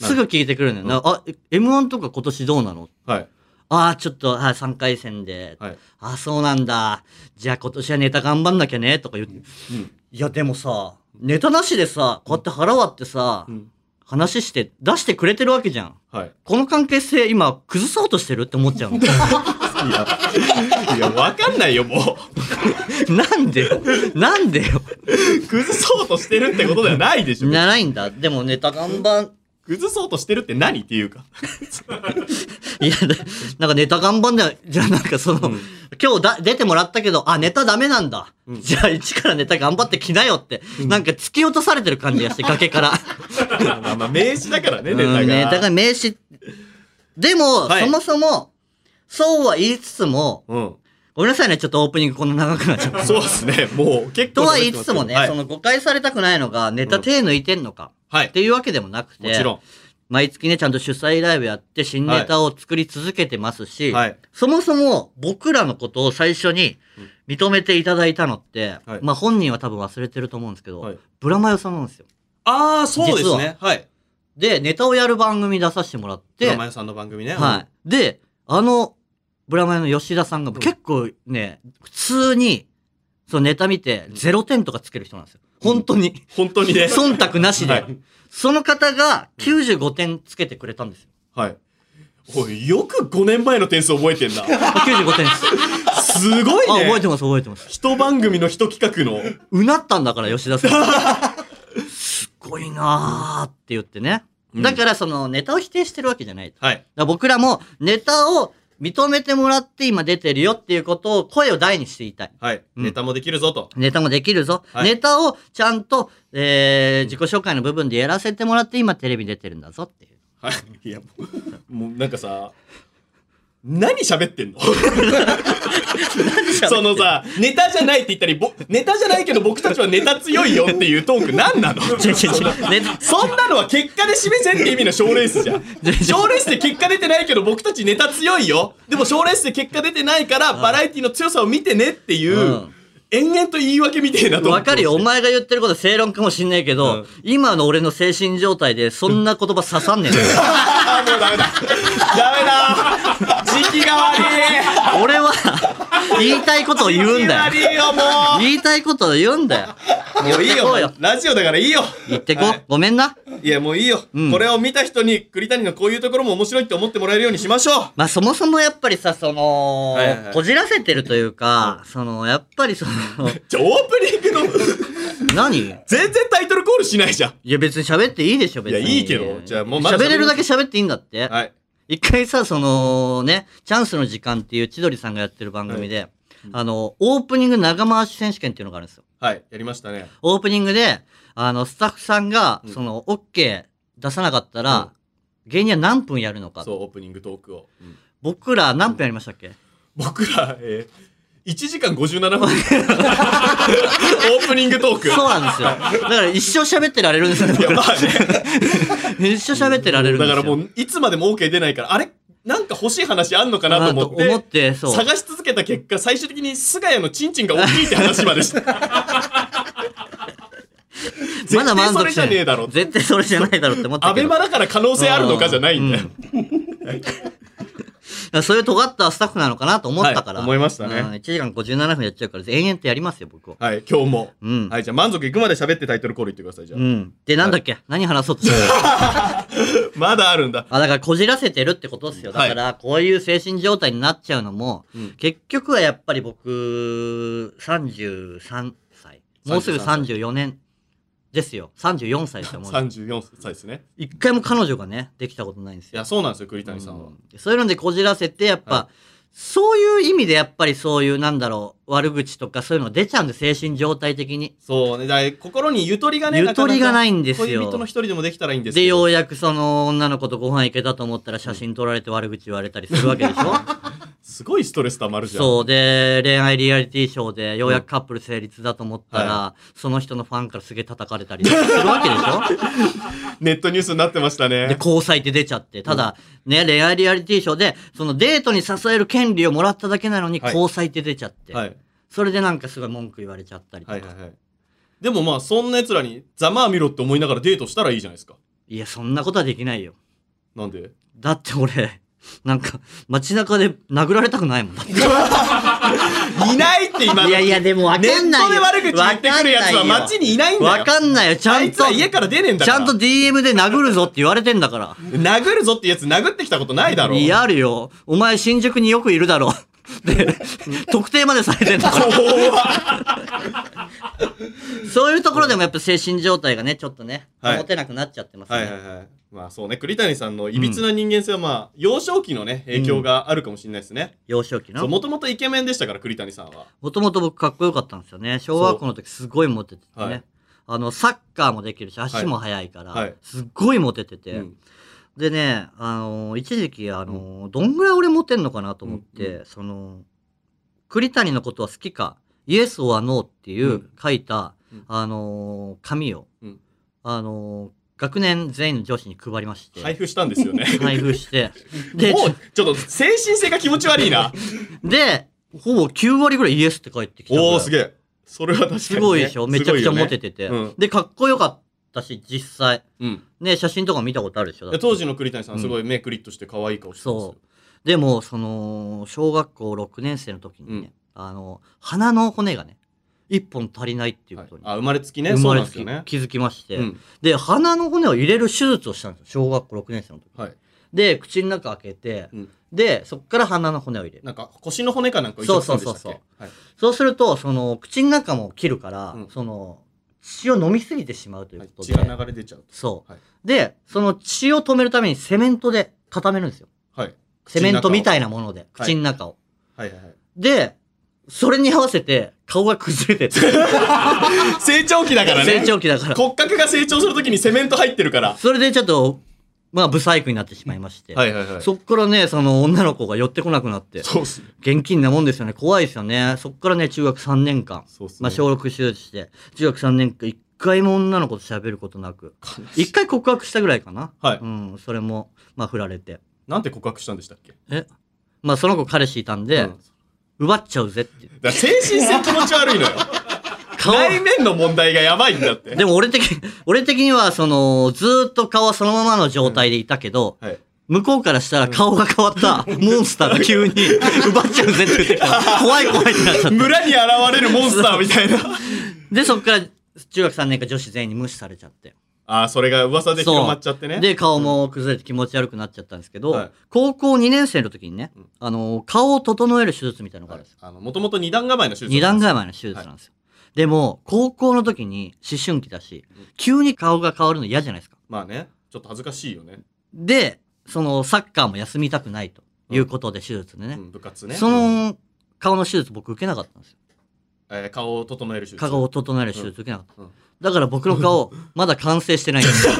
Speaker 1: すぐ聞いてくるのよ。
Speaker 2: うん
Speaker 1: なあ、え M1 とか今年どうなの
Speaker 2: はい。
Speaker 1: ああ、ちょっと、はい、3回戦で。
Speaker 2: はい。
Speaker 1: ああ、そうなんだ。じゃあ今年はネタ頑張んなきゃね、とか言って。
Speaker 2: うん。
Speaker 1: いや、でもさ、ネタなしでさ、こうやって腹割ってさ、
Speaker 2: うん。
Speaker 1: 話して、出してくれてるわけじゃん。
Speaker 2: はい。
Speaker 1: この関係性今、崩そうとしてるって思っちゃうの。
Speaker 2: いや、いや、わかんないよ、も
Speaker 1: なんでよ。なんでよ。
Speaker 2: う。崩そうとしてるってことではないでしょ。
Speaker 1: ならないんだ。でもネタ頑張ん、
Speaker 2: 崩そうとしてるって何っていうか。
Speaker 1: いや、だなんかネタ頑張んだよ。じゃあなんかその、
Speaker 2: うん
Speaker 1: 今日だ出てもらったけど、あ、ネタダメなんだ。
Speaker 2: うん
Speaker 1: じゃあ一からネタ頑張ってきなよって、なんか突き落とされてる感じがして、崖から。
Speaker 2: まあまあ、名詞だからね、ネタが。
Speaker 1: うんネタが名詞。でも、
Speaker 2: はい
Speaker 1: そもそも、そうは言いつつも、
Speaker 2: うん。
Speaker 1: ごめんなさいね、ちょっとオープニングこんな長くなっちゃった。
Speaker 2: そうですね、もう結構。
Speaker 1: とは言いつつもね、
Speaker 2: はい
Speaker 1: その誤解されたくないのが、ネタ手抜いてんのか
Speaker 2: はい
Speaker 1: っ。ていうわけでもなくて、
Speaker 2: もちろん。
Speaker 1: 毎月ね、ちゃんと主催ライブやって、新ネタを作り続けてますし、
Speaker 2: はい。
Speaker 1: そもそも僕らのことを最初に認めていただいたのって、
Speaker 2: はい
Speaker 1: まあ本人は多分忘れてると思うんですけど、
Speaker 2: はい
Speaker 1: ブラマヨさんなんですよ。
Speaker 2: ああ、そうですね。はい。
Speaker 1: で、ネタをやる番組出させてもらっ
Speaker 2: ブ
Speaker 1: て、
Speaker 2: ラマヨさんの番組ね。
Speaker 1: はい。で、あの、ブラマヨの吉田さんが結構ね、普通に、そのネタ見て、ゼロ点とかつける人なんですよ。本当に。
Speaker 2: 本当にね。
Speaker 1: 忖度なしで、
Speaker 2: はい
Speaker 1: その方が95点つけてくれたんですよ。
Speaker 2: はい。おい、よく5年前の点数覚えてんな。
Speaker 1: あ95点 です。
Speaker 2: すごい
Speaker 1: あ、
Speaker 2: ね。
Speaker 1: 覚えてます、覚えてます。
Speaker 2: 一番組の一企画の。
Speaker 1: うなったんだから、吉田さん。すごいなーって言ってね。
Speaker 2: うん
Speaker 1: だから、その、ネタを否定してるわけじゃない。だか
Speaker 2: はい。
Speaker 1: ら僕らも、ネタを認めてもらって今出てるよっていうことを、声を大にして言いたい。
Speaker 2: はい。
Speaker 1: うん
Speaker 2: ネタもできるぞと。
Speaker 1: ネタもできるぞ。
Speaker 2: はい
Speaker 1: ネタをちゃんと、えー、自己紹介の部分でやらせてもらって今テレビ出てるんだぞっていう。
Speaker 2: はい。いや、もう、もうなんかさ、何喋ってんのそのさ、ネタじゃないって言ったり、ぼネタじゃないけど僕たちはネタ強いよっていうトーク何なの
Speaker 1: 違う違う違うネタ、
Speaker 2: そんなのは結果で示せって意味の賞ーレース じゃん。賞ーレースで結果出てないけど僕たちネタ強いよ。でも賞ーレースで結果出てないからバラエティの強さを見てねっていううん延々と言い訳みてえなと
Speaker 1: わかるよ。お前が言ってること正論かもしんないけど、
Speaker 2: うん
Speaker 1: 今の俺の精神状態でそんな言葉刺さんねえんだ よ。
Speaker 2: あーもうダメだ。ダメだ。時期が悪い。
Speaker 1: 俺は言いたいことを言うんだ
Speaker 2: 時
Speaker 1: よ。
Speaker 2: 期悪いよ、も
Speaker 1: 言いたいことを言うんだよ。
Speaker 2: う。もういい
Speaker 1: 言って
Speaker 2: よ。も
Speaker 1: こうよ
Speaker 2: うラジオだからいいよ。
Speaker 1: 言ってこ、
Speaker 2: はい
Speaker 1: ごめんな。
Speaker 2: いや、もういいよ、
Speaker 1: うん
Speaker 2: これを見た人に栗谷のこういうところも面白いって思ってもらえるようにしましょ
Speaker 1: まあそもそもやっぱりさ、その、
Speaker 2: はいはいはい
Speaker 1: こじらせてるというか、その、やっぱりその、
Speaker 2: う。じゃ、オープニングの、
Speaker 1: 何
Speaker 2: 全然タイトルコールしないじゃん。
Speaker 1: いや別に喋っていいでしょ別に。
Speaker 2: いやいいけどじゃあもうまず
Speaker 1: 喋れるだけ喋っていいんだって。
Speaker 2: はい。
Speaker 1: 一回さ、そのね、チャンスの時間っていう千鳥さんがやってる番組で、あの、オープニング長回し選手権っていうのがあるんですよ。
Speaker 2: はい。やりましたね。
Speaker 1: オープニングで、あの、スタッフさんが、
Speaker 2: うん
Speaker 1: その、OK 出さなかったら、芸人は何分やるのか。
Speaker 2: そう、オープニングトークを。うん
Speaker 1: 僕ら何分やりましたっけ
Speaker 2: 僕ら、えー、1時間57分。オープニングトーク。
Speaker 1: そうなんですよ。だから一生喋ってられるんですよ。
Speaker 2: いや、まあね。
Speaker 1: 一生喋ってられるんで
Speaker 2: だ
Speaker 1: すよ。
Speaker 2: からもういつまでも OK 出ないからあれなんか欲しい話あんのかなと思って
Speaker 1: あと思ってそう
Speaker 2: 探し続けた結果最終的に菅谷のチンチンが大きいって話ま でした
Speaker 1: まだ満
Speaker 2: 絶対そ
Speaker 1: 足
Speaker 2: れ
Speaker 1: し
Speaker 2: じゃねえ
Speaker 1: てない
Speaker 2: だろって
Speaker 1: 絶対それじゃないだろって思った
Speaker 2: ア
Speaker 1: け
Speaker 2: ベ
Speaker 1: ど。
Speaker 2: マだから可能性あるのかじゃないんだよ、
Speaker 1: だ からそういう尖ったスタッフなのかなと思ったから。
Speaker 2: はい思いましたね
Speaker 1: うん1時間57分やっちゃうから、延々とやりますよ、僕は。
Speaker 2: はい今日も、
Speaker 1: うん
Speaker 2: はいじゃあ満足いくまで喋ってタイトルコール言ってくださいじゃあ、
Speaker 1: うん。で、なんだっけ、何話そうとしてる
Speaker 2: まだあるんだ
Speaker 1: あ、だからこじらせてるってことですよ。だから、こういう精神状態になっちゃうのも、
Speaker 2: うん
Speaker 1: 結局はやっぱり僕、33歳。もうすぐ34年ですよ。34歳って思う。
Speaker 2: 34歳ですね
Speaker 1: 一回も彼女がね、できたことないんです
Speaker 2: い
Speaker 1: よ。
Speaker 2: やそうなんですよ栗谷さんは、
Speaker 1: うんそういうのでこじらせて、やっぱ、
Speaker 2: は
Speaker 1: そういう意味でやっぱりそういう、なんだろう、悪口とかそういうの出ちゃうんで、精神状態的に。
Speaker 2: そうねだから心にゆとりがね
Speaker 1: ゆとりがないんですよ
Speaker 2: 恋人の一人でもできたらいいんですけ
Speaker 1: で、よ
Speaker 2: ど
Speaker 1: うやくその女の子とご飯行けたと思ったら写真撮られて悪口言われたりするわけでしょ
Speaker 2: すごいストレス溜まるじゃん
Speaker 1: そう。で、恋愛リアリティショーでようやくカップル成立だと思ったら、
Speaker 2: うん
Speaker 1: その人のファンからすげえ叩かれたりするわけでし ょ
Speaker 2: ネットニュースになってましたね
Speaker 1: で、交際って出ちゃって。ただ、ね、恋愛リアリティショーで、そのデートに誘える権利をもらっただけなのに
Speaker 2: はい
Speaker 1: 交際って出ちゃって。
Speaker 2: はい
Speaker 1: それでなんかすごい文句言われちゃったりとか。
Speaker 2: はい
Speaker 1: い
Speaker 2: はいはい。でもまあそんな奴らにざまあ見ろって思いながらデートしたらいいじゃないですか。
Speaker 1: や、そんなことはできないよ。
Speaker 2: なんで
Speaker 1: だって俺、なんか街中で殴られたくないもん。い
Speaker 2: いないって今の。
Speaker 1: やいや、でもわか
Speaker 2: ネッ
Speaker 1: んないよ。
Speaker 2: トで悪口言ってくる奴は街にいないんだよ。
Speaker 1: わかんないよ。ちゃ
Speaker 2: あ
Speaker 1: ん
Speaker 2: いつ
Speaker 1: と、
Speaker 2: は家から出ねえんだ
Speaker 1: ち
Speaker 2: か
Speaker 1: ゃ
Speaker 2: ら。
Speaker 1: んと DM で殴るぞって言われてんだか
Speaker 2: 殴るぞってやつ殴ってきたことないだ
Speaker 1: ら。
Speaker 2: ろ。
Speaker 1: いやあるよ。お前新宿によくいるだろ。 で、特定までされてんだ から。そういうところでもやっぱ精神状態がね、ちょっとね、
Speaker 2: はい
Speaker 1: 保てなくなっちゃってますね。
Speaker 2: はいはいはい。まあそうね、栗谷さんのいびつな人間性はまあ幼少期のね、影響があるかもしれないですね。
Speaker 1: 幼少期の
Speaker 2: そう、。もともとイケメンでしたから、栗谷さんは。
Speaker 1: もともと僕かっこよかったんですよね。小学校の時すごいモテててね。
Speaker 2: はい
Speaker 1: あの、サッカーもできるし、足も速いから、
Speaker 2: はい
Speaker 1: すっごいモテてて。
Speaker 2: うん
Speaker 1: でね、あのー一時期、あのーどんぐらい俺モテんのかなと思って、
Speaker 2: うん
Speaker 1: その、栗谷のことは好きか、イエスはノーっていううん書いた、
Speaker 2: うん
Speaker 1: あのー紙を、
Speaker 2: うん
Speaker 1: あのー学年全員の上司に配りまして、
Speaker 2: 配布したんですよね。
Speaker 1: 配布 して、 で、
Speaker 2: もう、ちょっと、精神性が気持ち悪い な。
Speaker 1: で、ほぼ9割ぐらいイエスって帰ってきたぐらい。
Speaker 2: おー、すげえ。それは確かにね、
Speaker 1: すごいでしょめちゃくちゃモテて
Speaker 2: て。
Speaker 1: て、
Speaker 2: うん
Speaker 1: で、かっこよかったし、実際。
Speaker 2: うん。
Speaker 1: ね、写真とか見たことあるでしょだっ
Speaker 2: いや
Speaker 1: て
Speaker 2: 当時の栗谷さん、
Speaker 1: うん
Speaker 2: すごい目クリッとして可愛い顔してますよ
Speaker 1: そう。でも、その、小学校6年生の時にね、あの、鼻の骨がね、一本足りないっていう
Speaker 2: はい
Speaker 1: ことに。
Speaker 2: あ、生まれつきね。
Speaker 1: 生
Speaker 2: そ
Speaker 1: ま
Speaker 2: う
Speaker 1: れ
Speaker 2: なんで
Speaker 1: つ
Speaker 2: す
Speaker 1: き、
Speaker 2: よね。
Speaker 1: 気づきまして、
Speaker 2: うん。
Speaker 1: で鼻の骨を入れる手術をしたんですよ小学校6年生の時
Speaker 2: はい。
Speaker 1: で口の中開けて、
Speaker 2: うん
Speaker 1: でそっから鼻の骨を入れる
Speaker 2: なんか、腰の骨かなんかを一応切ったんでしたっけ
Speaker 1: そうそう
Speaker 2: はい。
Speaker 1: そうするとその口の中も切るから、
Speaker 2: うん
Speaker 1: その血を飲みすぎてしまうという
Speaker 2: はい
Speaker 1: こと
Speaker 2: 血
Speaker 1: で、
Speaker 2: が流れ出ちゃう
Speaker 1: そう、
Speaker 2: はい
Speaker 1: でその血を止めるためにセメントで固めるんですよ
Speaker 2: と。はい。
Speaker 1: セメントみた
Speaker 2: い。
Speaker 1: いなもので
Speaker 2: はい
Speaker 1: 口の中を、
Speaker 2: はいはいはい。
Speaker 1: でそれに合わせて顔が崩れて て
Speaker 2: 成長期だからね。
Speaker 1: 成長期だ から
Speaker 2: 骨格が成長するときにセメント入ってるから。
Speaker 1: それでちょっとまあ不細工になってしまいまして、
Speaker 2: いはいはそ
Speaker 1: そっからねその女の子が寄ってこなくなって
Speaker 2: そうっすね。
Speaker 1: 現金なもんですよね怖いですよねそっからね中学3年間、
Speaker 2: そうっすね。
Speaker 1: まあ、小6手術して中学3年間一回も女の子と喋ることなく一回告白したぐらいかな
Speaker 2: はい
Speaker 1: うんそれもまあ振られて
Speaker 2: なんて告白したんでしたっけ
Speaker 1: えまあその子彼氏いたんで、
Speaker 2: うん
Speaker 1: 奪っちゃうぜって言って
Speaker 2: だから精神性気持ち悪いのよ。
Speaker 1: 顔
Speaker 2: 内面の問題がやばいんだって。
Speaker 1: でも俺的に俺的にはそのずーっと顔はそのままの状態でいたけど、
Speaker 2: はい。
Speaker 1: 向こうからしたら顔が変わ ったモンスターが急に奪っちゃうぜって言ってきた怖い怖いってなっちゃった
Speaker 2: 村に現れるモンスターみたいな。
Speaker 1: でそっから中学3年間女子全員に無視されちゃって
Speaker 2: ああ、それが噂で広まっちゃってね。
Speaker 1: で顔も崩れて気持ち悪くなっちゃったんですけど、
Speaker 2: はい
Speaker 1: 高校2年生の時にね、
Speaker 2: ん
Speaker 1: あの顔を整える手術みたいなのがあ
Speaker 2: はい
Speaker 1: るんですよ、
Speaker 2: あの、もともと二段構えの手術。
Speaker 1: 2段階前の手術なんですよ、でも高校の時に思春期だし急に顔が変わるの嫌じゃないですか
Speaker 2: まあね、ちょっと恥ずかしいよね。
Speaker 1: でそのサッカーも休みたくないということで手術で
Speaker 2: う
Speaker 1: ね、
Speaker 2: ん、部活ね。
Speaker 1: そ
Speaker 2: うん、
Speaker 1: の顔の手術僕受けなかったんですよ
Speaker 2: えー顔を整える手術。
Speaker 1: 顔を整える手術受けなかった、
Speaker 2: うんうん
Speaker 1: だから僕の顔まだ完成してないんですよ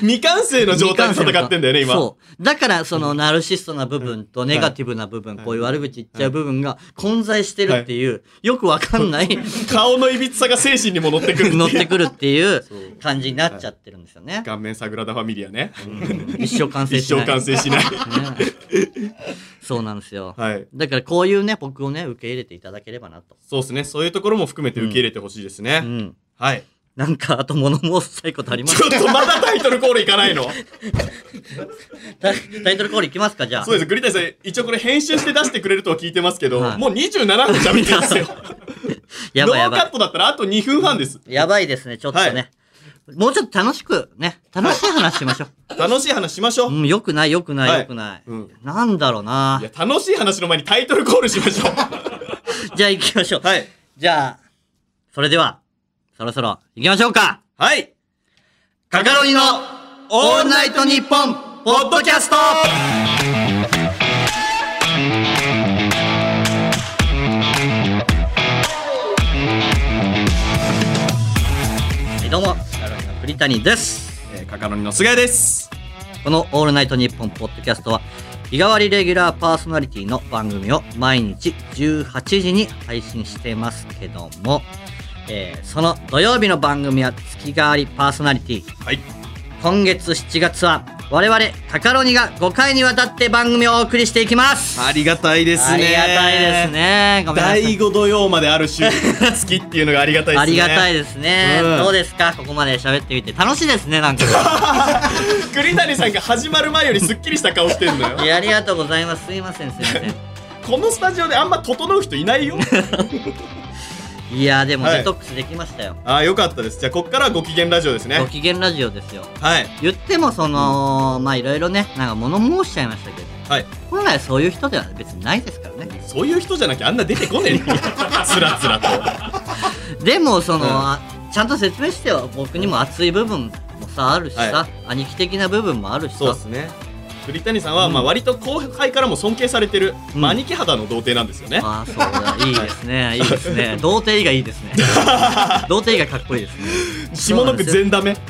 Speaker 2: 未完成 の状態で戦ってんだよね、今。
Speaker 1: そう。だから、その、ナルシストな部分とネガティブな部分、
Speaker 2: はい
Speaker 1: こういう悪口言っちゃう部分が混在してるっていう、よくわかんない、
Speaker 2: 顔のいびつさが精神にも乗ってく る。
Speaker 1: 乗ってくるっていう
Speaker 2: そう
Speaker 1: 感じになっちゃってるんですよね。
Speaker 2: 顔面サグラダ・ファミリアね。
Speaker 1: 一生完成
Speaker 2: 一
Speaker 1: しな
Speaker 2: 生
Speaker 1: い。
Speaker 2: 完 成しない。
Speaker 1: ねそうなんですよ。
Speaker 2: はい。
Speaker 1: だから、こういうね、僕をね、受け入れていただければなと。
Speaker 2: そうですね。そういうところも含めて受け入れてほしいですね。
Speaker 1: うん。
Speaker 2: はい。
Speaker 1: なんか、あと物申したいことありま
Speaker 2: ち
Speaker 1: す
Speaker 2: ょっとまだタイトルコールいかないの
Speaker 1: タタイトルコールいきますか、じゃあ
Speaker 2: そう。です。栗谷さん、一応これ編集して出してくれるとは聞いてますけど、
Speaker 1: はい
Speaker 2: もう27分喋ってますよ。
Speaker 1: や
Speaker 2: ノ
Speaker 1: ばいや
Speaker 2: ーカ
Speaker 1: ば
Speaker 2: ッ
Speaker 1: い。
Speaker 2: トだったらあと2分半です。
Speaker 1: やばいですね、ちょっとね。もうちょっと楽しくね、楽しい話しましょう。
Speaker 2: 楽しい話しましょ
Speaker 1: う
Speaker 2: う。
Speaker 1: ん、よくない、よくな、
Speaker 2: はいい
Speaker 1: よくない。
Speaker 2: うん。
Speaker 1: なんだろうない
Speaker 2: や、楽しい話の前にタイトルコールしましょう。
Speaker 1: じゃあ行きましょう。
Speaker 2: はい。
Speaker 1: じゃあ、それでは、そろそろ行きましょうか。
Speaker 2: はい。
Speaker 1: カカロニのオールナイトニッポンポッドキャストはい、どうも、カカロニの栗谷です。
Speaker 2: えー、カカロニの菅谷です。
Speaker 1: この「オールナイトニッポン」ポッドキャストは日替わりレギュラーパーソナリティの番組を毎日18時に配信してますけども、えーその土曜日の番組は月替わりパーソナリティ
Speaker 2: はい。
Speaker 1: 今月7月は我々カカロニが5回にわたって番組をお送りしていきます
Speaker 2: ありがたいですね。
Speaker 1: ありがたいです。ねごめんなさ
Speaker 2: 第
Speaker 1: い
Speaker 2: 5土曜まである週、月っていうのがありがたいですね。
Speaker 1: ありがたいですね、
Speaker 2: うん
Speaker 1: どうですかここまで喋ってみて楽しいですねなんか
Speaker 2: 栗谷さんが始まる前よりすっきりした顔してんのよ
Speaker 1: い。やありがとうございますすいませんすいません
Speaker 2: このスタジオであんま整う人いないよ。
Speaker 1: いやでも
Speaker 2: はい
Speaker 1: デトックスできましたよ、
Speaker 2: ああ、よかったです。じゃあ、こっからはご機嫌ラジオです
Speaker 1: ご
Speaker 2: ね。
Speaker 1: 機嫌ラジオですよ
Speaker 2: はい。
Speaker 1: 言ってもその、まあいろいろねなんか物申しちゃいましたけど
Speaker 2: はい。
Speaker 1: 本来そういう人では別にないですからね
Speaker 2: そういう人じゃなきゃあんな出てこねえよ。 つらつらと。
Speaker 1: でもその、
Speaker 2: うん
Speaker 1: あちゃんと説明してよ僕にも熱い部分もさあるしさ、
Speaker 2: は
Speaker 1: 兄貴的な部分もあるし
Speaker 2: そ
Speaker 1: さ
Speaker 2: うですね。栗谷さんは、まあ割と後輩からも尊敬されてる、
Speaker 1: うん
Speaker 2: まあ兄貴肌の童貞なんですよね。
Speaker 1: ああそうだいいですねいいです ね童貞以外いいですね童貞以外かっこいいですね
Speaker 2: 下の句全ダメ。
Speaker 1: ち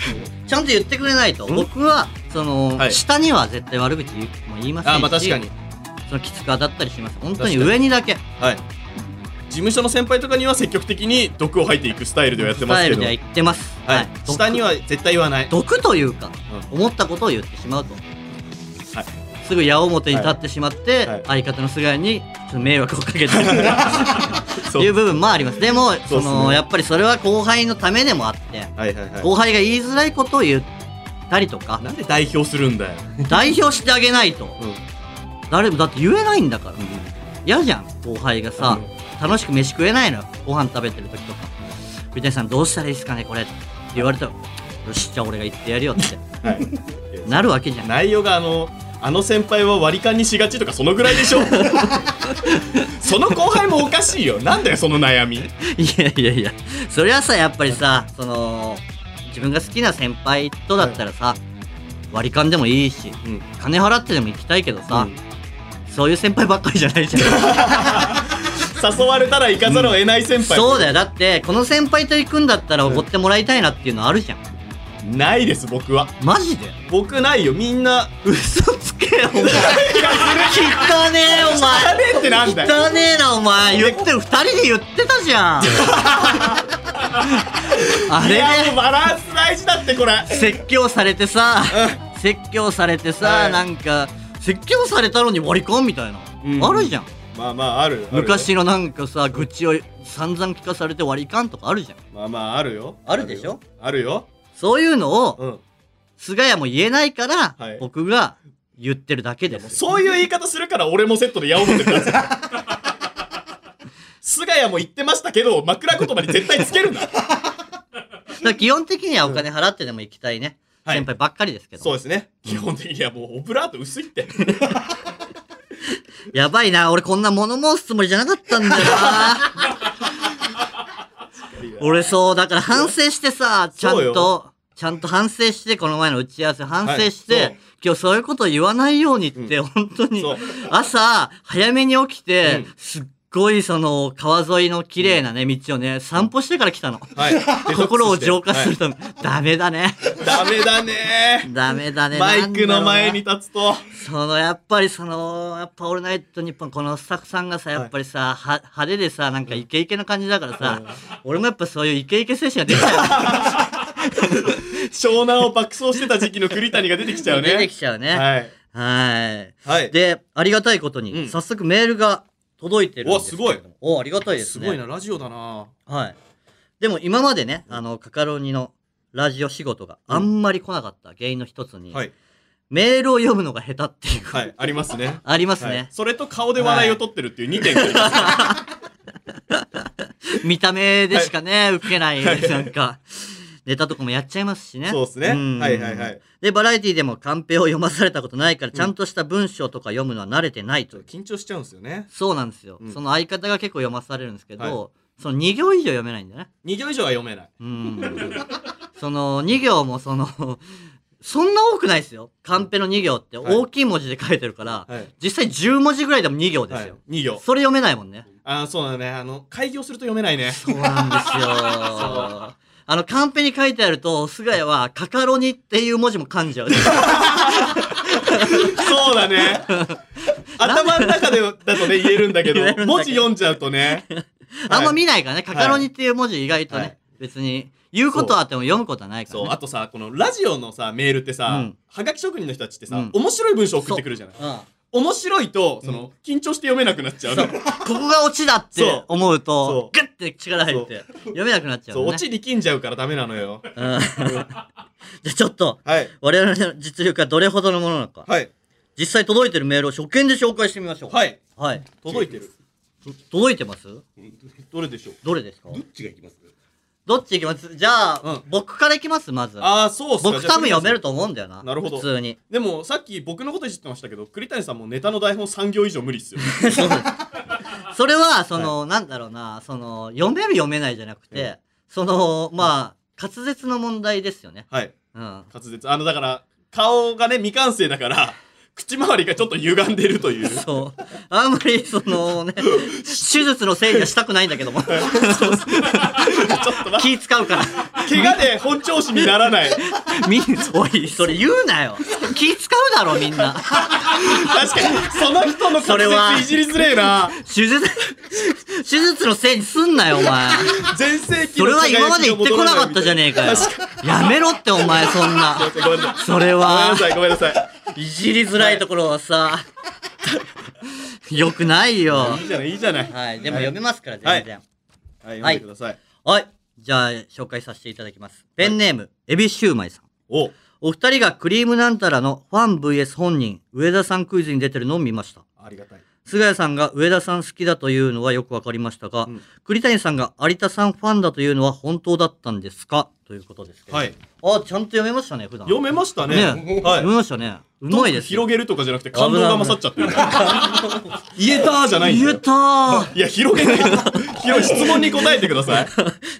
Speaker 1: ゃんと言ってくれないと
Speaker 2: うん
Speaker 1: 僕はその、
Speaker 2: はい
Speaker 1: 下には絶対悪口言うも言いませんし
Speaker 2: ああ、まあ確かに。
Speaker 1: そのきつく当たったりします本当に
Speaker 2: 確かに
Speaker 1: 上にだけ
Speaker 2: はい。事務所の先輩とかには積極的に毒を吐いていくスタイルではやって
Speaker 1: ス
Speaker 2: ま
Speaker 1: タ
Speaker 2: す
Speaker 1: イ
Speaker 2: け
Speaker 1: ル
Speaker 2: ど
Speaker 1: では。言ってます
Speaker 2: は
Speaker 1: はいい、
Speaker 2: 下には絶対言わない。
Speaker 1: 毒というか、思ったことを言ってしまうと。
Speaker 2: はい
Speaker 1: すぐ矢面に立ってしまって、
Speaker 2: はい
Speaker 1: 相方の菅谷にちょっと迷惑をか けてるっていう部分もあります。でも、
Speaker 2: そう
Speaker 1: そ
Speaker 2: っすね
Speaker 1: の、やっぱりそれは後輩のためでもあって、
Speaker 2: はいはいは
Speaker 1: 後輩が言いづらいことを言ったりとか
Speaker 2: い。、なんで代表するんだよ。
Speaker 1: 代表してあげないと。
Speaker 2: うん。
Speaker 1: 誰もだって言えないんだから。嫌じゃん、後輩がさ、楽しく飯食えないのよ。ご飯食べてる時とか。藤谷さんどうしたらいいですかね、これ。って言われたら、よし、じゃあ俺が言ってやるよって。
Speaker 2: はい。
Speaker 1: なるわけじゃん。
Speaker 2: 内容があの、あの先輩は割り勘にしがちとかそのぐらいでし ょその後輩もおかしいよ。なんだよ、その悩み。
Speaker 1: いやいやいや、それはさ、やっぱりさ、その、自分が好きな先輩とだったらさ、割り勘でもいいし、
Speaker 2: うん。
Speaker 1: 金払ってでも行きたいけどさ
Speaker 2: う、ん
Speaker 1: そう いう先輩ばっかりじゃないじゃん。
Speaker 2: 誘われたら行かざるを得ない先輩。
Speaker 1: そうだよ。だって、この先輩と行くんだったら怒ってもらいたいなっていうのあるじゃん。
Speaker 2: ないです、僕は。
Speaker 1: マジで
Speaker 2: 僕ないよ、みんな。
Speaker 1: 嘘つけよ、お前。 汚ねえ、お
Speaker 2: あ
Speaker 1: 前。
Speaker 2: れってなんだよ。
Speaker 1: 汚ねえな、お前。言ってる、二人で言ってたじ ゃん。あ
Speaker 2: い
Speaker 1: れ
Speaker 2: やも
Speaker 1: ね
Speaker 2: う。バランス大事だってこれ
Speaker 1: 説教されてさ説教されてさ、
Speaker 2: はい
Speaker 1: なんか説教されたのに割り勘みたいな、
Speaker 2: うん
Speaker 1: あるじゃん
Speaker 2: まあまああるあるよ
Speaker 1: 昔のなんかさ愚痴を散々聞かされて割り勘とかあるじゃん
Speaker 2: まあまああるよ
Speaker 1: あるでしょ
Speaker 2: あるよ
Speaker 1: そういうの
Speaker 2: ある
Speaker 1: を
Speaker 2: よ
Speaker 1: 菅谷も言えないから、
Speaker 2: はい
Speaker 1: 僕が言ってるだけで
Speaker 2: うん
Speaker 1: す
Speaker 2: そういう言い方するから俺もセットで矢を持っ てたんですよ菅谷も言ってましたけど枕言葉に絶対つけるな
Speaker 1: だから基本的にはお金払ってでも行きたいね、
Speaker 2: はい
Speaker 1: 先輩ばっかりですけど、
Speaker 2: そうですね基本的にはもうオブラート薄いって
Speaker 1: やばいな俺こんな物申すつもりじゃなかったんだよな 俺そうだから反省してさちゃ
Speaker 2: そうん
Speaker 1: と
Speaker 2: よ
Speaker 1: ちゃんと反省してこの前の打ち合わせ反省して、
Speaker 2: はいそう
Speaker 1: 今日そういうこと言わないようにって、
Speaker 2: う
Speaker 1: 本当に
Speaker 2: そう
Speaker 1: 朝早めに起きて、
Speaker 2: うん
Speaker 1: すっごいその川沿いの綺麗なね道をね散歩してから来たの。
Speaker 2: はいデトックスして
Speaker 1: 心を浄化するため、ダメだね。
Speaker 2: はいダメだね
Speaker 1: ダメだね。
Speaker 2: マイクの前に
Speaker 1: なんだろ
Speaker 2: 立つと
Speaker 1: うな。そのやっぱりその、やっぱオールナイトニッポンこのスタッフさんがさ、やっぱりさ、は派手でさ、なんかイケイケな感じだからさ、俺もやっぱそういうイケイケ精神が出ちゃうよ ね。
Speaker 2: 湘南を爆走してた時期の栗谷が出てきちゃうね
Speaker 1: 出てきちゃうね。は
Speaker 2: はい
Speaker 1: い。
Speaker 2: はい
Speaker 1: で、ありがたいこと
Speaker 2: うん
Speaker 1: に、早速メールが届いてるんですけれども。
Speaker 2: うわすごい
Speaker 1: お、ありがたいです
Speaker 2: す
Speaker 1: ね。
Speaker 2: ごいなラジオだな
Speaker 1: はい。でも今までね、あの、カカロニのラジオ仕事があんまり来なかった原因の一つに、
Speaker 2: はい
Speaker 1: メールを読むのが下手っていう、
Speaker 2: はいありますね
Speaker 1: あります
Speaker 2: はい
Speaker 1: ね、。
Speaker 2: それと顔で笑いを取ってるっていう2点がありますね
Speaker 1: 見た目でしかね、受けない、なんか、ネタとかもやっちゃいますしね。
Speaker 2: そうですね
Speaker 1: ん
Speaker 2: はいはいはい。
Speaker 1: で、バラエティでもカンペを読まされたことないから、ちゃんとした文章とか読むのは慣れてないという。
Speaker 2: 緊張しちゃうんですよね
Speaker 1: そうなんですよ、
Speaker 2: うん
Speaker 1: その相方が結構読まされるんですけど、
Speaker 2: は
Speaker 1: その2行以上読めないんだよね
Speaker 2: 2行以上は読めない
Speaker 1: うん その2行もそのそんな多くないですよカンペの2行って
Speaker 2: はい
Speaker 1: 大きい文字で書いてるから、
Speaker 2: はい
Speaker 1: 実際10文字ぐらいでも2行ですよ、
Speaker 2: 2行
Speaker 1: それ読めないもんね
Speaker 2: あーそうだねあの開業すると読めないね
Speaker 1: そうなんですよあのカンペに書いてあると菅谷は「カカロニ」っていう文字も噛んじゃう
Speaker 2: そうだね 頭の中でだとね言えるんだけど
Speaker 1: 言えるんだけど
Speaker 2: 文字読んじゃうとね
Speaker 1: あんま見ないからね「カカロニ」っていう文字意外とね、
Speaker 2: はい
Speaker 1: 別に言うことはあっても読むことはないから、
Speaker 2: そ
Speaker 1: ね、
Speaker 2: うあとさこのラジオのさメールってさ、
Speaker 1: うん
Speaker 2: はがき職人の人たちってさ、
Speaker 1: うん
Speaker 2: 面白い文章送ってくるじゃない
Speaker 1: うん
Speaker 2: 面白いとその、緊張して読めなくなっちゃうの
Speaker 1: そうここがオチだっ
Speaker 2: そう
Speaker 1: て思うと、
Speaker 2: そ
Speaker 1: グッて力入って、読めなくなっちゃう
Speaker 2: そ
Speaker 1: の
Speaker 2: う
Speaker 1: ね。
Speaker 2: 落ち力んじゃうからダメなのよ
Speaker 1: うんじゃあちょっと、
Speaker 2: はい
Speaker 1: 我々の実力がどれほどのものなのか、
Speaker 2: はい
Speaker 1: 実際届いてるメールを初見で紹介してみましょう。い。
Speaker 2: はい
Speaker 1: はい。
Speaker 2: 届いてる
Speaker 1: 届いてます
Speaker 2: どれでしょう
Speaker 1: どれですか
Speaker 3: どっちがいきます
Speaker 1: どっちいきますじゃあ、
Speaker 2: うん
Speaker 1: 僕からいきますまず。
Speaker 2: ああそうっすか
Speaker 1: 僕
Speaker 2: じゃあ
Speaker 1: 多分読めると思うんだよな。
Speaker 2: なるほど
Speaker 1: 普通に。
Speaker 2: でもさっき僕のこと言ってましたけど栗谷さんもネタの台本3行以上無 理っすよ
Speaker 1: そうです。それは、その、なんだろうな、その、読める読めないじゃなくて、その、まあ、滑舌の問題ですよね。
Speaker 2: はい
Speaker 1: うん。
Speaker 2: 滑舌あのだから顔がね未完成だから口周りがちょっと歪んでると いう
Speaker 1: そう。あんまり、そのね、手術のせいにはしたくないんだけ ども。
Speaker 2: ちょっとな
Speaker 1: 気使う から。
Speaker 2: 怪我で本調子にならない
Speaker 1: みん、おい、それ言うなよ。気使うだろ、みんな。
Speaker 2: 確かにその人の
Speaker 1: それ
Speaker 2: 滑
Speaker 1: は
Speaker 2: 舌いじりづれえな
Speaker 1: 手術、手術のせいにすんなよ、お前。
Speaker 2: 全盛期
Speaker 1: そ
Speaker 2: の
Speaker 1: れは今まで言ってこなかったじゃねえかよ。やめろって、お前、そんな。
Speaker 2: えかよ。
Speaker 1: それ
Speaker 2: ごめん
Speaker 1: は
Speaker 2: な、さい、ごめんなさい。ごめんなさ
Speaker 1: いじりづらいところはさ、よくないよ
Speaker 2: い。い。いじゃない、いいじゃない。
Speaker 1: はい、でも読めますから、全然。
Speaker 2: はい、読んでください。
Speaker 1: はい、じゃあ、紹介させていただきます。ペンネーム、エビシューマイさん。
Speaker 2: お
Speaker 1: お二人がクリームなんたらのファン VS 本人、上田さんクイズに出てるのを見ました。
Speaker 2: ありがたい。
Speaker 1: 菅谷さんが上田さん好きだというのはよくわかりましたが、
Speaker 2: うん
Speaker 1: 栗谷さんが有田さんファンだというのは本当だったんですかということですけど。
Speaker 2: はい。
Speaker 1: あ、ちゃんと読めましたね、普段。
Speaker 2: 読めましたね。
Speaker 1: ね
Speaker 2: はい
Speaker 1: 読。めましたね。うまいですよ。
Speaker 2: 広げるとかじゃなくて感動が勝っちゃってる。言えたーじゃないんだ
Speaker 1: 言え
Speaker 2: よ。
Speaker 1: たー
Speaker 2: いや、広げない。広い質問に答えてください。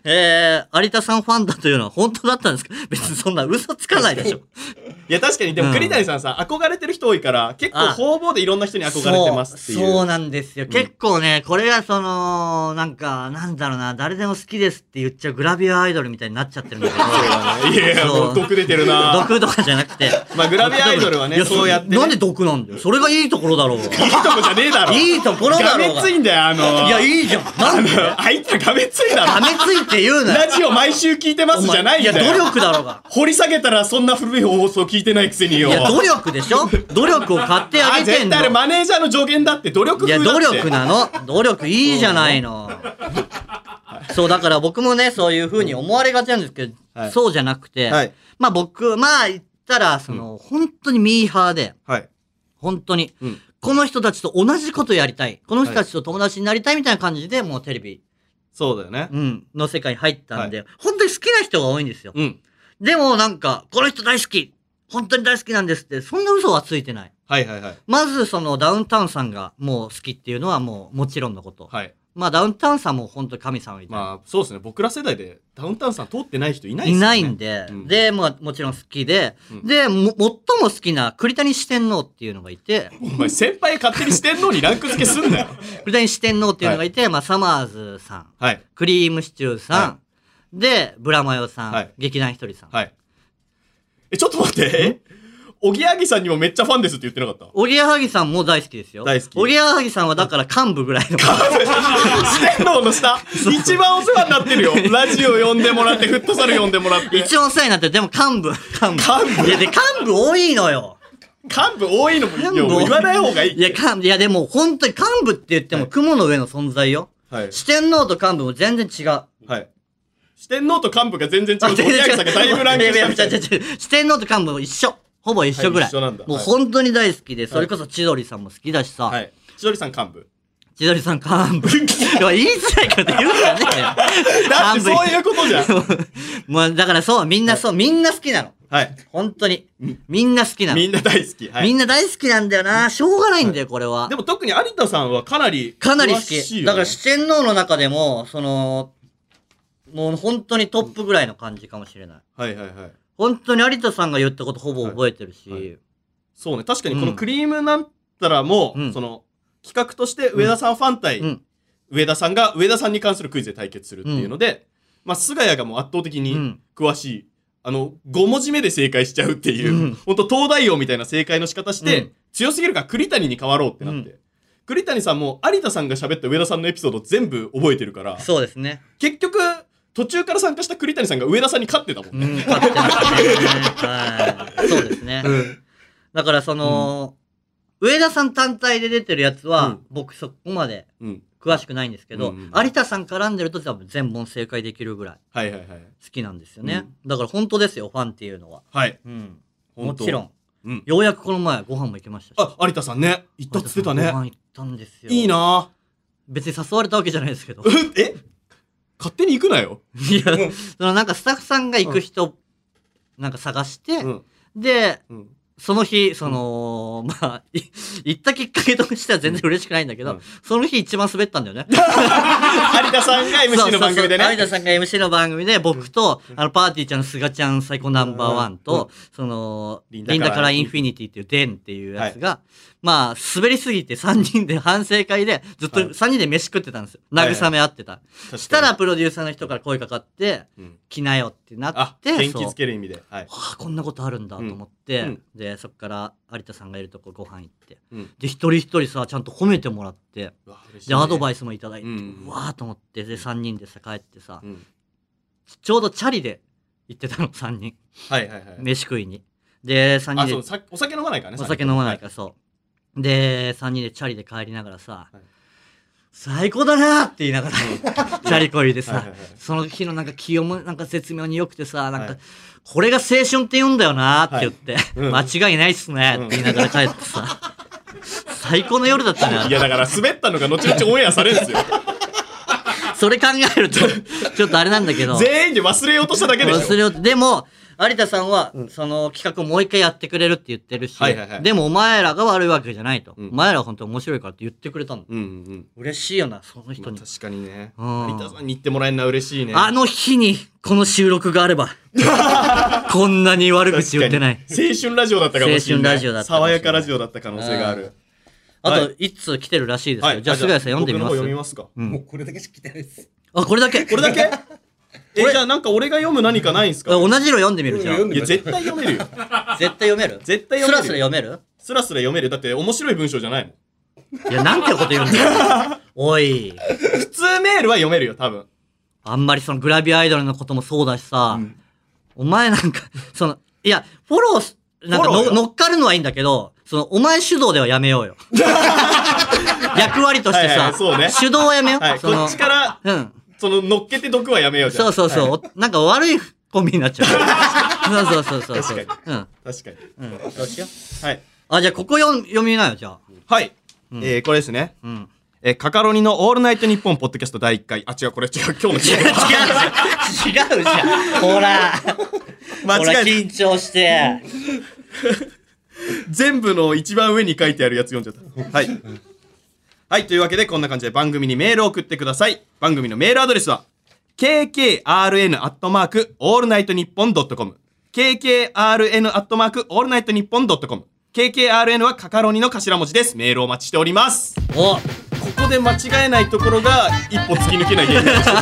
Speaker 1: えー、有田さんファンだというのは本当だったんですか別にそんな嘘つかないでしょ。
Speaker 2: いや、確かに、でも
Speaker 1: うん
Speaker 2: 栗谷さんさ、憧れてる人多いから、結構
Speaker 1: あ
Speaker 2: 方々でいろんな人に憧れてますってい
Speaker 1: そうそう
Speaker 2: う。
Speaker 1: なんですよ、
Speaker 2: ん
Speaker 1: 結構ねこれがそのなんかなんだろうな誰でも好きですって言っちゃうグラビアアイドルみたいになっちゃってるんだけ ど
Speaker 2: いやいや、
Speaker 1: そう
Speaker 2: もう毒出てるな
Speaker 1: 毒とかじゃなくて
Speaker 2: まあ、グラビアアイドルはいね、
Speaker 1: や
Speaker 2: そうやってね。
Speaker 1: なんで毒なんだよそれがいいところだろう
Speaker 2: いいとこじゃねえだ
Speaker 1: が
Speaker 2: ろ。
Speaker 1: いいところだ
Speaker 2: が
Speaker 1: ろう
Speaker 2: め
Speaker 1: が
Speaker 2: ついんだよ、 あの。
Speaker 1: いやいいじゃんなんで
Speaker 2: あいつらがめついだ
Speaker 1: ダ
Speaker 2: ろ。
Speaker 1: メついて言うなよ
Speaker 2: ラジオ毎週聞いてます
Speaker 1: お前
Speaker 2: じゃないんだ
Speaker 1: や努
Speaker 2: よ。
Speaker 1: 力だろうが
Speaker 2: 掘り下げたらそんな古い放送聞いてないくせによ。
Speaker 1: いや努力でし ょ努力を買ってあ
Speaker 2: あ、
Speaker 1: げてん
Speaker 2: 絶
Speaker 1: の
Speaker 2: 対あれマネージャーの助言だって努力
Speaker 1: いや
Speaker 2: 風だ
Speaker 1: 努
Speaker 2: って。
Speaker 1: 力なの努力いいじゃないのそうだから僕もねそういう風に思われがちなんですけど、
Speaker 2: はい
Speaker 1: そうじゃなくて、
Speaker 2: はい
Speaker 1: まあ僕まあ言ったらその、本当にミーハーで
Speaker 2: はい。
Speaker 1: 本当に、
Speaker 2: うん
Speaker 1: この人たちと同じことやりたいこの人たちと友達になりたいみたいな感じでもうテレビ、
Speaker 2: そうだよね。
Speaker 1: うん、の世界に入ったんで、本当に好きな人が多いんですよ、
Speaker 2: うん。
Speaker 1: でもなんかこの人大好き本当に大好きなんですってそんな嘘はついてない
Speaker 2: はいはいはい。
Speaker 1: まずそのダウンタウンさんがもう好きっていうのはもうもちろんのこと、
Speaker 2: はい。
Speaker 1: まあダウンタウンさんも本当に神様みたいな。
Speaker 2: まあ、そうですね。僕ら世代でダウンタウンさん通ってない人いない
Speaker 1: い
Speaker 2: ですよね。
Speaker 1: ないんで、
Speaker 2: うん
Speaker 1: で、まあもちろん好きで、
Speaker 2: うん
Speaker 1: で、も、最も好きな栗谷四天王っていうのがいて、
Speaker 2: お前先輩勝手に四天王にランク付けすんな よ。
Speaker 1: 栗谷四天王っていうのがいて、まあサマーズさん、
Speaker 2: はい。
Speaker 1: クリームシチューさん、
Speaker 2: は
Speaker 1: で、ブラマヨさん、
Speaker 2: はい
Speaker 1: 劇団ひとりさん。
Speaker 2: はい。え、ちょっと待って。おぎやはぎさんにもめっちゃファンですって言ってなかった
Speaker 1: おぎやはぎさんも大好きですよ。
Speaker 2: 大好き
Speaker 1: おぎやはぎさんはだから幹部ぐらいの。
Speaker 2: 四天王の下、一番お世話になってるよ。ラジオ呼んでもらって、フットサル呼んでもらって。
Speaker 1: 一番お世話になってる、でも幹部、幹部。
Speaker 2: 幹部
Speaker 1: いや、で、幹部多いのよ。
Speaker 2: 幹部多いのもいい
Speaker 1: 幹
Speaker 2: よ。
Speaker 1: 部
Speaker 2: もう言わない方がいい。
Speaker 1: いや、幹部、いや、でも本当に幹部って言っても雲の上の存在よ。
Speaker 2: はい。
Speaker 1: 四天王と幹部も全然違う。
Speaker 2: はい。四天王と幹部が全然違う。おぎやはぎさんがだいぶランク
Speaker 1: いやいや
Speaker 2: 下
Speaker 1: 違う違う違う四天王と幹部も一緒。ほぼ一緒ぐらい。
Speaker 2: はい一緒なんだ
Speaker 1: もう
Speaker 2: はい
Speaker 1: 本当に大好きで、それこそ千鳥さんも好きだしさ、
Speaker 2: はい。千鳥さん幹部。
Speaker 1: 千鳥さん幹部。いや言いづらいこと言うからねえよ。
Speaker 2: だってそういうことじ ゃん。
Speaker 1: 幹部。もうだからそう、みんなそう、みんな好きなの。
Speaker 2: はい。
Speaker 1: 本当に。みんな好きなの。
Speaker 2: みんな大好き。は
Speaker 1: み
Speaker 2: い。
Speaker 1: んな大好きなんだよな。しょうがないんだよ、これは
Speaker 2: で。も特に有田さんはかなり
Speaker 1: かなり好
Speaker 2: 詳しい
Speaker 1: き。
Speaker 2: よね
Speaker 1: だから四天王の中でも、その、もう本当にトップぐらいの感じかもしれない。
Speaker 2: はいはいはい。
Speaker 1: 本当に有田さんが言ったことほぼ覚えてるし。
Speaker 2: はいはそうね。確かにこ
Speaker 1: う
Speaker 2: の
Speaker 1: ん
Speaker 2: クリームなんたらも、
Speaker 1: うん
Speaker 2: その企画として上田さんファン対、
Speaker 1: うん
Speaker 2: 上田さんが上田さんに関するクイズで対決するっていうので、まあ菅谷がもう圧倒的
Speaker 1: う
Speaker 2: に
Speaker 1: ん
Speaker 2: 詳しい、あの、5文字目で正解しちゃうっていう、
Speaker 1: うん
Speaker 2: ほんと東大王みたいな正解の仕方して、
Speaker 1: うん
Speaker 2: 強すぎるから栗谷に変わろうってなって。栗谷さんも有田さんが喋った上田さんのエピソード全部覚えてるから、
Speaker 1: そうですね。
Speaker 2: 結局、途中から参加した栗谷さんが上田さんに勝ってたもん
Speaker 1: う
Speaker 2: ね。
Speaker 1: ん、勝ってますね。はい。そうですね。だからその、上田さん単体で出てるやつは、
Speaker 2: うん
Speaker 1: 僕そこまで
Speaker 2: うん。
Speaker 1: 詳しくないんですけど、
Speaker 2: うんうん
Speaker 1: 有田さん絡んでると多分全問正解できるぐらい
Speaker 2: はいはいはい。
Speaker 1: 好きなんですよね。だから本当ですよ、ファンっていうのは。
Speaker 2: はい。
Speaker 1: うん。も
Speaker 2: 本当
Speaker 1: ちろん。。
Speaker 2: うん。
Speaker 1: ようやくこの前ご飯も行きましたし。
Speaker 2: あ、有田さんね。行ったっつってた
Speaker 1: 有田
Speaker 2: ね
Speaker 1: さん。ご飯行ったんですよ。
Speaker 2: いい。な
Speaker 1: 別に誘われたわけじゃないですけど
Speaker 2: ぁ。。うんえ勝手に行くなよ。
Speaker 1: いや、そのなんかスタッフさんが行く人、なんか探して、
Speaker 2: うん。
Speaker 1: で、
Speaker 2: うん。
Speaker 1: その日、その、まあ、い行ったきっかけとしては全然嬉しくないんだけど、
Speaker 2: うん
Speaker 1: その日一番滑ったんだよね。
Speaker 2: 有田さんが MC の番
Speaker 1: そう
Speaker 2: 組で
Speaker 1: そうそう有
Speaker 2: ね。
Speaker 1: 田さんが MC の番組で、僕と、あの、パーティーちゃんのすがちゃん最高ナンバーワンと、その、
Speaker 2: リ
Speaker 1: リ
Speaker 2: ン
Speaker 1: ン
Speaker 2: ダから
Speaker 1: ダからインフィニティっていうデンっていうやつが、まあ、滑りすぎて3人で反省会で、ずっと
Speaker 2: はい
Speaker 1: 3人で飯食ってたんですよ。
Speaker 2: はいはい
Speaker 1: 慰め合ってた。
Speaker 2: そ
Speaker 1: したら、プロデューサーの人から声かかって、
Speaker 2: うん
Speaker 1: 来なよってってな
Speaker 2: あ
Speaker 1: っ、て
Speaker 2: 元
Speaker 1: そう
Speaker 2: 気づける意味で。はい。
Speaker 1: はあこんなことあるんだと思って、
Speaker 2: うん
Speaker 1: でそっから有田さんがいるとこご飯行って
Speaker 2: うん。
Speaker 1: で一人一人さちゃんと褒めてもらってでアドバ
Speaker 2: イ
Speaker 1: イスもいただいて、
Speaker 2: う
Speaker 1: うんわーと思ってで3人でさ帰ってさ、
Speaker 2: ス。うん
Speaker 1: ちょうどチャリで行ってたの3人
Speaker 2: はいはいはい。
Speaker 1: 飯食いにで3
Speaker 2: あ、
Speaker 1: 人
Speaker 2: そう、
Speaker 1: で
Speaker 2: さお酒飲まないからね。
Speaker 1: お酒飲まない
Speaker 2: か
Speaker 1: からそうで3人でチャリで帰りながらさ、
Speaker 2: はい
Speaker 1: 最高だなーって言いながら チャリこいでさ、
Speaker 2: はいはいはい
Speaker 1: その日のなんか気温もなんか絶妙に良くてさなんか、
Speaker 2: はい
Speaker 1: これが青春って言うんだよなーって言って、
Speaker 2: はい
Speaker 1: 間違いないっすねって言いながら帰ってさ、 最高の夜だったねあれ
Speaker 2: いやだから滑ったのが後々オンエアされるん ですよ。
Speaker 1: それ考えるとちょっとあれなんだけど
Speaker 2: 全員で忘れようとしただけでしょ。
Speaker 1: 忘れようとでも有田さんは、その企画をもう一回やってくれるって言ってるし、
Speaker 2: はいはいはい
Speaker 1: でもお前らが悪いわけじゃないと、
Speaker 2: うん
Speaker 1: お前らは本当面白いからって言ってくれたの、
Speaker 2: うんうん。
Speaker 1: 嬉しいよなその人
Speaker 2: まあ
Speaker 1: に、
Speaker 2: 確かにね。
Speaker 1: うん
Speaker 2: 有田さんに言ってもらえるのは嬉しいね。
Speaker 1: あの日にこの収録があれ ばこんなに悪口言ってない
Speaker 2: 確かに青春ラジオだったかもしれ
Speaker 1: 青春
Speaker 2: ない。
Speaker 1: ラジオだったかもしれな
Speaker 2: 爽
Speaker 1: い
Speaker 2: やかラジオだった可能性がある。
Speaker 1: あと、、
Speaker 2: はい
Speaker 1: つ来てるらしいですよ、じゃあ菅谷さん読んでみま
Speaker 2: 僕の方
Speaker 1: す
Speaker 2: 読みますか。
Speaker 1: うん
Speaker 3: もうこれだけしか聞いてないです。
Speaker 1: あこれだけ こ
Speaker 2: これだけえ、じゃあなんか俺が読む何かないんすか
Speaker 1: 同じの読んでみるじゃん
Speaker 3: 読ん
Speaker 1: 絶
Speaker 3: で
Speaker 2: いや、絶対読めるよ。
Speaker 1: 対読める
Speaker 2: 絶対
Speaker 1: ス
Speaker 2: 読
Speaker 1: ラ
Speaker 2: め
Speaker 1: ス
Speaker 2: る
Speaker 1: ラ
Speaker 2: よ。
Speaker 1: 読める
Speaker 2: スラスラ読める。だって面白い文章じゃないもん。
Speaker 1: いやなんてこと言うんだ よおい
Speaker 2: 普通メールは読めるよ、多分。
Speaker 1: あんまりそのグラビアアイドルのこともそうだしさ、お前なんか、その、いや、フォローす、なんか
Speaker 2: フォローよ
Speaker 1: の乗っかるのはいいんだけど、その、お前主導ではやめよ うよ。役割として
Speaker 2: はいはい
Speaker 1: さ、
Speaker 2: そうね
Speaker 1: 主導はやめよう。
Speaker 2: はい、
Speaker 1: そ
Speaker 2: こ
Speaker 1: の
Speaker 2: っちから、
Speaker 1: うん。
Speaker 2: その、乗っけて毒はやめようじゃん
Speaker 1: そうそうそう、おなんか悪いコンビになっちゃ う。そうそうそうそうそう。
Speaker 2: 確
Speaker 1: うん。
Speaker 2: 確かに。
Speaker 1: うん。どうしよう。
Speaker 2: はい。
Speaker 1: あ、じゃあここ読ん読みなよ、じゃあ。
Speaker 2: はい。えー、これですね。
Speaker 1: うん。
Speaker 2: えー、カカロニのオールナイトニッポンポッドキャスト第1回。あ、違う、これ違う、今日の
Speaker 1: 違うじゃん。違うじゃん。 ほら。
Speaker 2: 間
Speaker 1: ほら、
Speaker 2: 違え
Speaker 1: 緊張して。
Speaker 2: た。全部の一番上に書いてあるやつ読んじゃった。はい。 はい、というわけで、こんな感じで番組にメールを送ってください。番組のメールアドレスは、kkrn.allnightnippon.com。kkrn.allnightnippon.com。kkrn はカカロニの頭文字です。メールをお待ちしております。
Speaker 1: お
Speaker 2: ここで間違えないところが一歩突き抜けない原因 でした
Speaker 4: い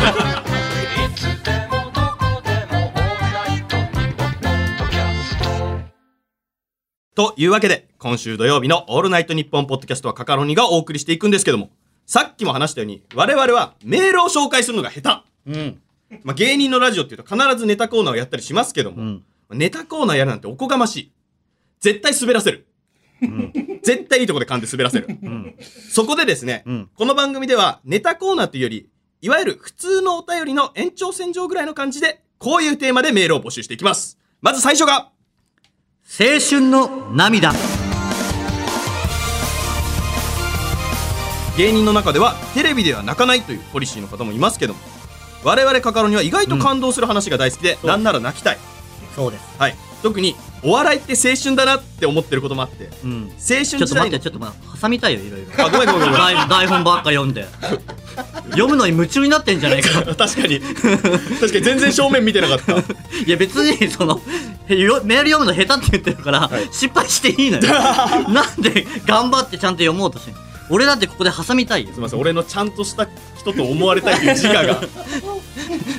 Speaker 4: つでもどこでもオールナイトニッポンポッドキャスト」
Speaker 2: というわけで今週土曜日の「オールナイトニッポン」ポッドキャストはカカロニがお送りしていくんですけどもさっきも話したように我々はメールを紹介するのが下
Speaker 1: うん。
Speaker 2: 手、まあ、芸人のラジオっていうと必ずネタコーナーをやったりしますけども、
Speaker 1: うん。
Speaker 2: ネタコーナーやるなんておこがましい絶対滑らせる、絶対いいとこで噛んで滑らせる、
Speaker 1: ん
Speaker 2: そこでですね、
Speaker 1: うん
Speaker 2: この番組ではネタコーナーというよりいわゆる普通のお便りの延長線上ぐらいの感じでこういうテーマでメールを募集していきますまず最初が
Speaker 1: 青春の涙。
Speaker 2: 芸人の中ではテレビでは泣かないというポリシーの方もいますけども我々カカロニは意外と感動する話が大好きで、なんなら泣きたい、
Speaker 1: そうです。
Speaker 2: はい、特にお笑いって青春だなって思ってることもあって
Speaker 1: うん。
Speaker 2: 青春
Speaker 1: ちょっ
Speaker 2: 時
Speaker 1: と待
Speaker 2: 代
Speaker 1: って、
Speaker 2: の
Speaker 1: ちょっと待って、挟みたいよ、いろいろ。
Speaker 2: あごめんごめんごめん
Speaker 1: 台台本ばっか読んで。読むのに夢中になってんじゃない か。
Speaker 2: 確かに確かに全然正面見てなかった
Speaker 1: いや、別に、その、よメール読むの下手って言ってるから、失敗していい のよ。なんで、頑張ってちゃんと読もうとしてんの俺だってここで挟みたいよ
Speaker 2: すい。ません俺のちゃんとした人と思われたいという自我が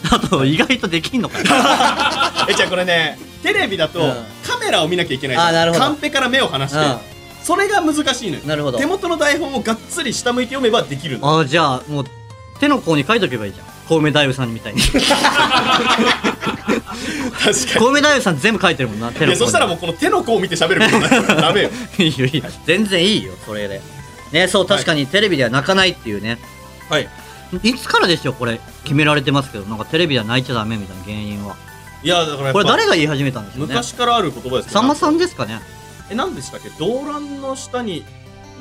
Speaker 1: あと、意外とできんのかな。
Speaker 2: えじゃあこれねテレビだと
Speaker 1: うん
Speaker 2: カメラを見なきゃいけないじゃん
Speaker 1: あなるほど
Speaker 2: カンペから目を離して、
Speaker 1: う
Speaker 2: それが難しいのよ
Speaker 1: なるほど
Speaker 2: 手元の台本をがっつり下向いて読めばできるの
Speaker 1: あじゃあ、もう、手の甲に書いとけばいいじゃん。小梅太夫さんみ たいに。
Speaker 2: 確かに
Speaker 1: 小梅太夫さん全部書いてるもんな、手
Speaker 2: い
Speaker 1: の
Speaker 2: や
Speaker 1: 甲
Speaker 2: そ
Speaker 1: に
Speaker 2: したらもうこの手の甲を見て喋ること になっちゃうからダメよ
Speaker 1: いいよいいよ全然いいよそれでねそう確かにテレビでは泣かないっていうね
Speaker 2: はい
Speaker 1: いつからですよこれ決められてますけどなんかテレビでは泣いちゃダメみたいな原因はい
Speaker 2: やだからやっぱ
Speaker 1: これ誰が言い始めたんでしょうね
Speaker 2: 昔からある言葉ですけど
Speaker 1: さんまさんですかね
Speaker 2: え何でしたっけ動乱の下に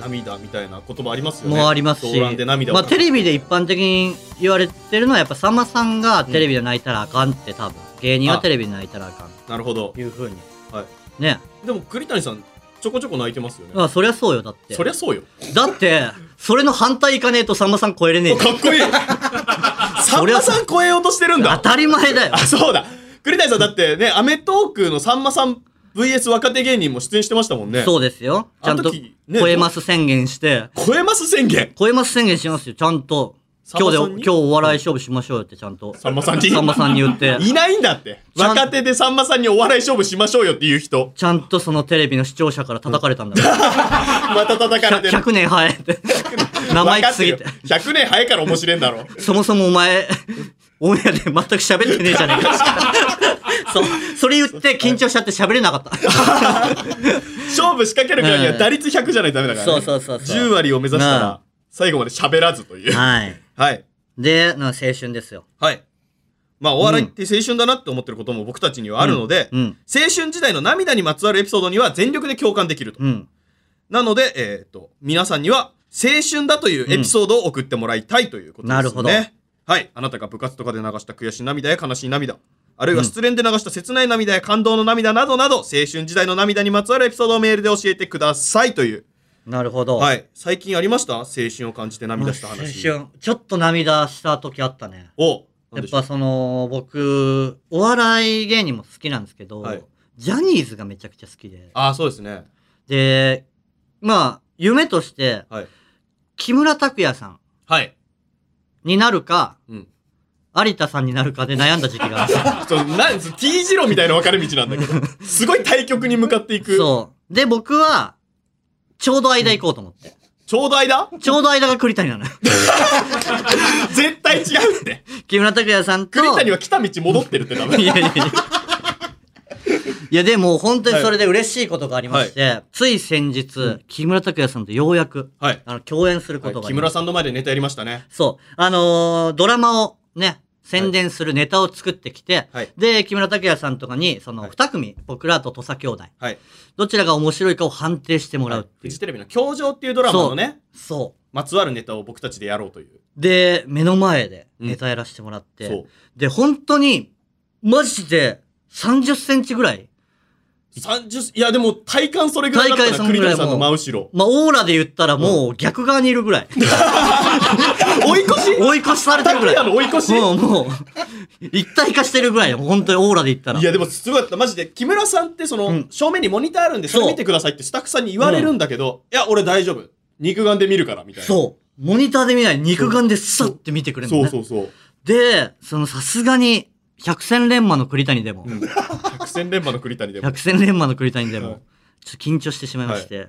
Speaker 2: 涙みたいな言葉ありますよね
Speaker 1: もうありますし
Speaker 2: 動乱で涙を
Speaker 1: まあ、テレビで一般的に言われてるのはやっぱさんまさんがテレビで泣いたらあかんって多分芸人はテレビで泣いたらあかんっ
Speaker 2: なるほど
Speaker 1: ていうふうに
Speaker 2: は
Speaker 1: ね
Speaker 2: でも栗谷さんちょこちょこ泣いてますよね
Speaker 1: まあそりゃそうよだって
Speaker 2: そりゃそうよ
Speaker 1: だってそれの反対いかねえとさんまさん超えれねえよ
Speaker 2: かっ こいいさんまさん超えようとしてるん
Speaker 1: 当
Speaker 2: だ
Speaker 1: たり前だよ
Speaker 2: あそうだ栗谷さんだってね『アメトーーク』のさんまさん VS 若手芸人も出演してましたもんね
Speaker 1: そうですよちゃん
Speaker 2: あの
Speaker 1: と
Speaker 2: 時ね
Speaker 1: 超えます宣言して
Speaker 2: 超えます宣言
Speaker 1: 超えます宣言しますよ、ちゃんと。今日で、
Speaker 2: さん
Speaker 1: 今
Speaker 2: まさんに
Speaker 1: 日お笑い勝負しましょうよってちゃんと。
Speaker 2: さんまさんに
Speaker 1: さんまさんに言って。
Speaker 2: いないんだって
Speaker 1: ちゃん
Speaker 2: 若手でさんまさんにお笑い勝負しましょうよっていう 人
Speaker 1: ちゃんとそのテレビの視聴者から叩かれたんだ か
Speaker 2: また叩かれ
Speaker 1: ら。
Speaker 2: てる
Speaker 1: 100年早い って。生意気すぎて
Speaker 2: 分。かってるよ100年早いから面白いんだろう
Speaker 1: そもそもお前、オンエアで全く喋ってねえじゃねえ か。そう、それ言って緊張しちゃって喋れなかった。
Speaker 2: 勝負仕掛けるからには
Speaker 1: うん
Speaker 2: 打率100じゃないとダメだから、ね
Speaker 1: そうそうそうそう
Speaker 2: 10割を目指した
Speaker 1: うん
Speaker 2: ら最後まで喋らずという
Speaker 1: はい。
Speaker 2: はい
Speaker 1: で、な青春ですよ。
Speaker 2: はいまあお笑いって青春だなって思ってることも僕たちにはあるので、
Speaker 1: うん。
Speaker 2: 青春時代の涙にまつわるエピソードには全力で共感できると、
Speaker 1: うん。
Speaker 2: なので、えー、と皆さんには青春だというエピソードを送ってもらいたいということですね、
Speaker 1: なるほど
Speaker 2: はいあなたが部活とかで流した悔しい涙や悲しい涙あるいは失恋で流した切ない涙や感動の涙などなど、青春時代の涙にまつわるエピソードをメールで教えてくださいという
Speaker 1: なるほど。。
Speaker 2: はいい。最近ありました青春を感じて涙した
Speaker 1: 青
Speaker 2: 話。
Speaker 1: 春。ちょっと涙した時あったね。
Speaker 2: お
Speaker 1: や
Speaker 2: 何
Speaker 1: っ
Speaker 2: でしょう
Speaker 1: ぱその、僕、お笑い芸人も好きなんですけど、
Speaker 2: はい
Speaker 1: ジャニーズがめちゃくちゃ好きで。
Speaker 2: ああ、そうですね。
Speaker 1: で、まあ、夢として、
Speaker 2: はい。
Speaker 1: 木村拓哉さん
Speaker 2: はい。
Speaker 1: になるか、
Speaker 2: うん。
Speaker 1: 有田さんになるかで悩んだ時期が ある。
Speaker 2: そう、なん、T 字路みたいな分かれ道なんだけ ど、すごい対極に向かっていく。
Speaker 1: そう。で、僕は、ちょうど間行こうと思 って。
Speaker 2: ちょうど間
Speaker 1: ちょうど間が栗谷なのよ。
Speaker 2: 絶対違うって。
Speaker 1: 木村拓哉さんと。
Speaker 2: 栗谷は来た道戻ってるってダメ。
Speaker 1: いやいやいや。いや、でも本当にそれで嬉しいことがありまして、つい先日、木村拓哉さんとようやく、
Speaker 2: はい。
Speaker 1: あの、共演することがあ
Speaker 2: 木
Speaker 1: りま
Speaker 2: 村
Speaker 1: した。
Speaker 2: さんの前でネタやりましたね。
Speaker 1: そう。あのードラマをね、宣伝するネタを作ってきて、
Speaker 2: はい
Speaker 1: で、木村拓哉さんとかに、そ
Speaker 2: は
Speaker 1: の、
Speaker 2: い
Speaker 1: 二組、僕らと土佐兄弟、
Speaker 2: はい。
Speaker 1: どちらが面白いかを判定してもらうって
Speaker 2: フ
Speaker 1: いう。
Speaker 2: ジテレビの「教場」っていうドラマのね、
Speaker 1: そ
Speaker 2: まつわるネタを僕たちでやろうという。
Speaker 1: う。で、目の前でネタやらせてもらって、
Speaker 2: そう。
Speaker 1: で、本当に、マジで、30センチぐらい
Speaker 2: 30、いやでも体感それぐらいだった
Speaker 1: 体感
Speaker 2: ら
Speaker 1: そん
Speaker 2: 栗
Speaker 1: ぐら
Speaker 2: 谷
Speaker 1: いもう
Speaker 2: さんの真後ろ。
Speaker 1: まあ、オーラで言ったらもう逆側にいるぐらい。
Speaker 2: 追い越し
Speaker 1: 追い越しされてるぐ
Speaker 2: 拓
Speaker 1: ら
Speaker 2: 也
Speaker 1: い。
Speaker 2: の追い越し
Speaker 1: もう、もう、一体化してるぐらいよ。本当にオーラで言ったら。
Speaker 2: いやでもすごかったマジで木村さんってその、
Speaker 1: うん
Speaker 2: 正面にモニターあるんでそれ
Speaker 1: そう
Speaker 2: 見てくださいってスタッフさんに言われるんだけど、いや俺大丈夫肉眼で見るからみたいな
Speaker 1: そう。モニターで見ない肉眼でさって見てくれる
Speaker 2: そ
Speaker 1: の
Speaker 2: う
Speaker 1: ね。
Speaker 2: そうそう
Speaker 1: で、そのさすがに、百戦錬磨の栗谷でも、
Speaker 2: 百戦錬磨の栗谷でも
Speaker 1: 百戦錬磨の栗谷で
Speaker 2: はい
Speaker 1: も、ちょっと緊張してしまいまして、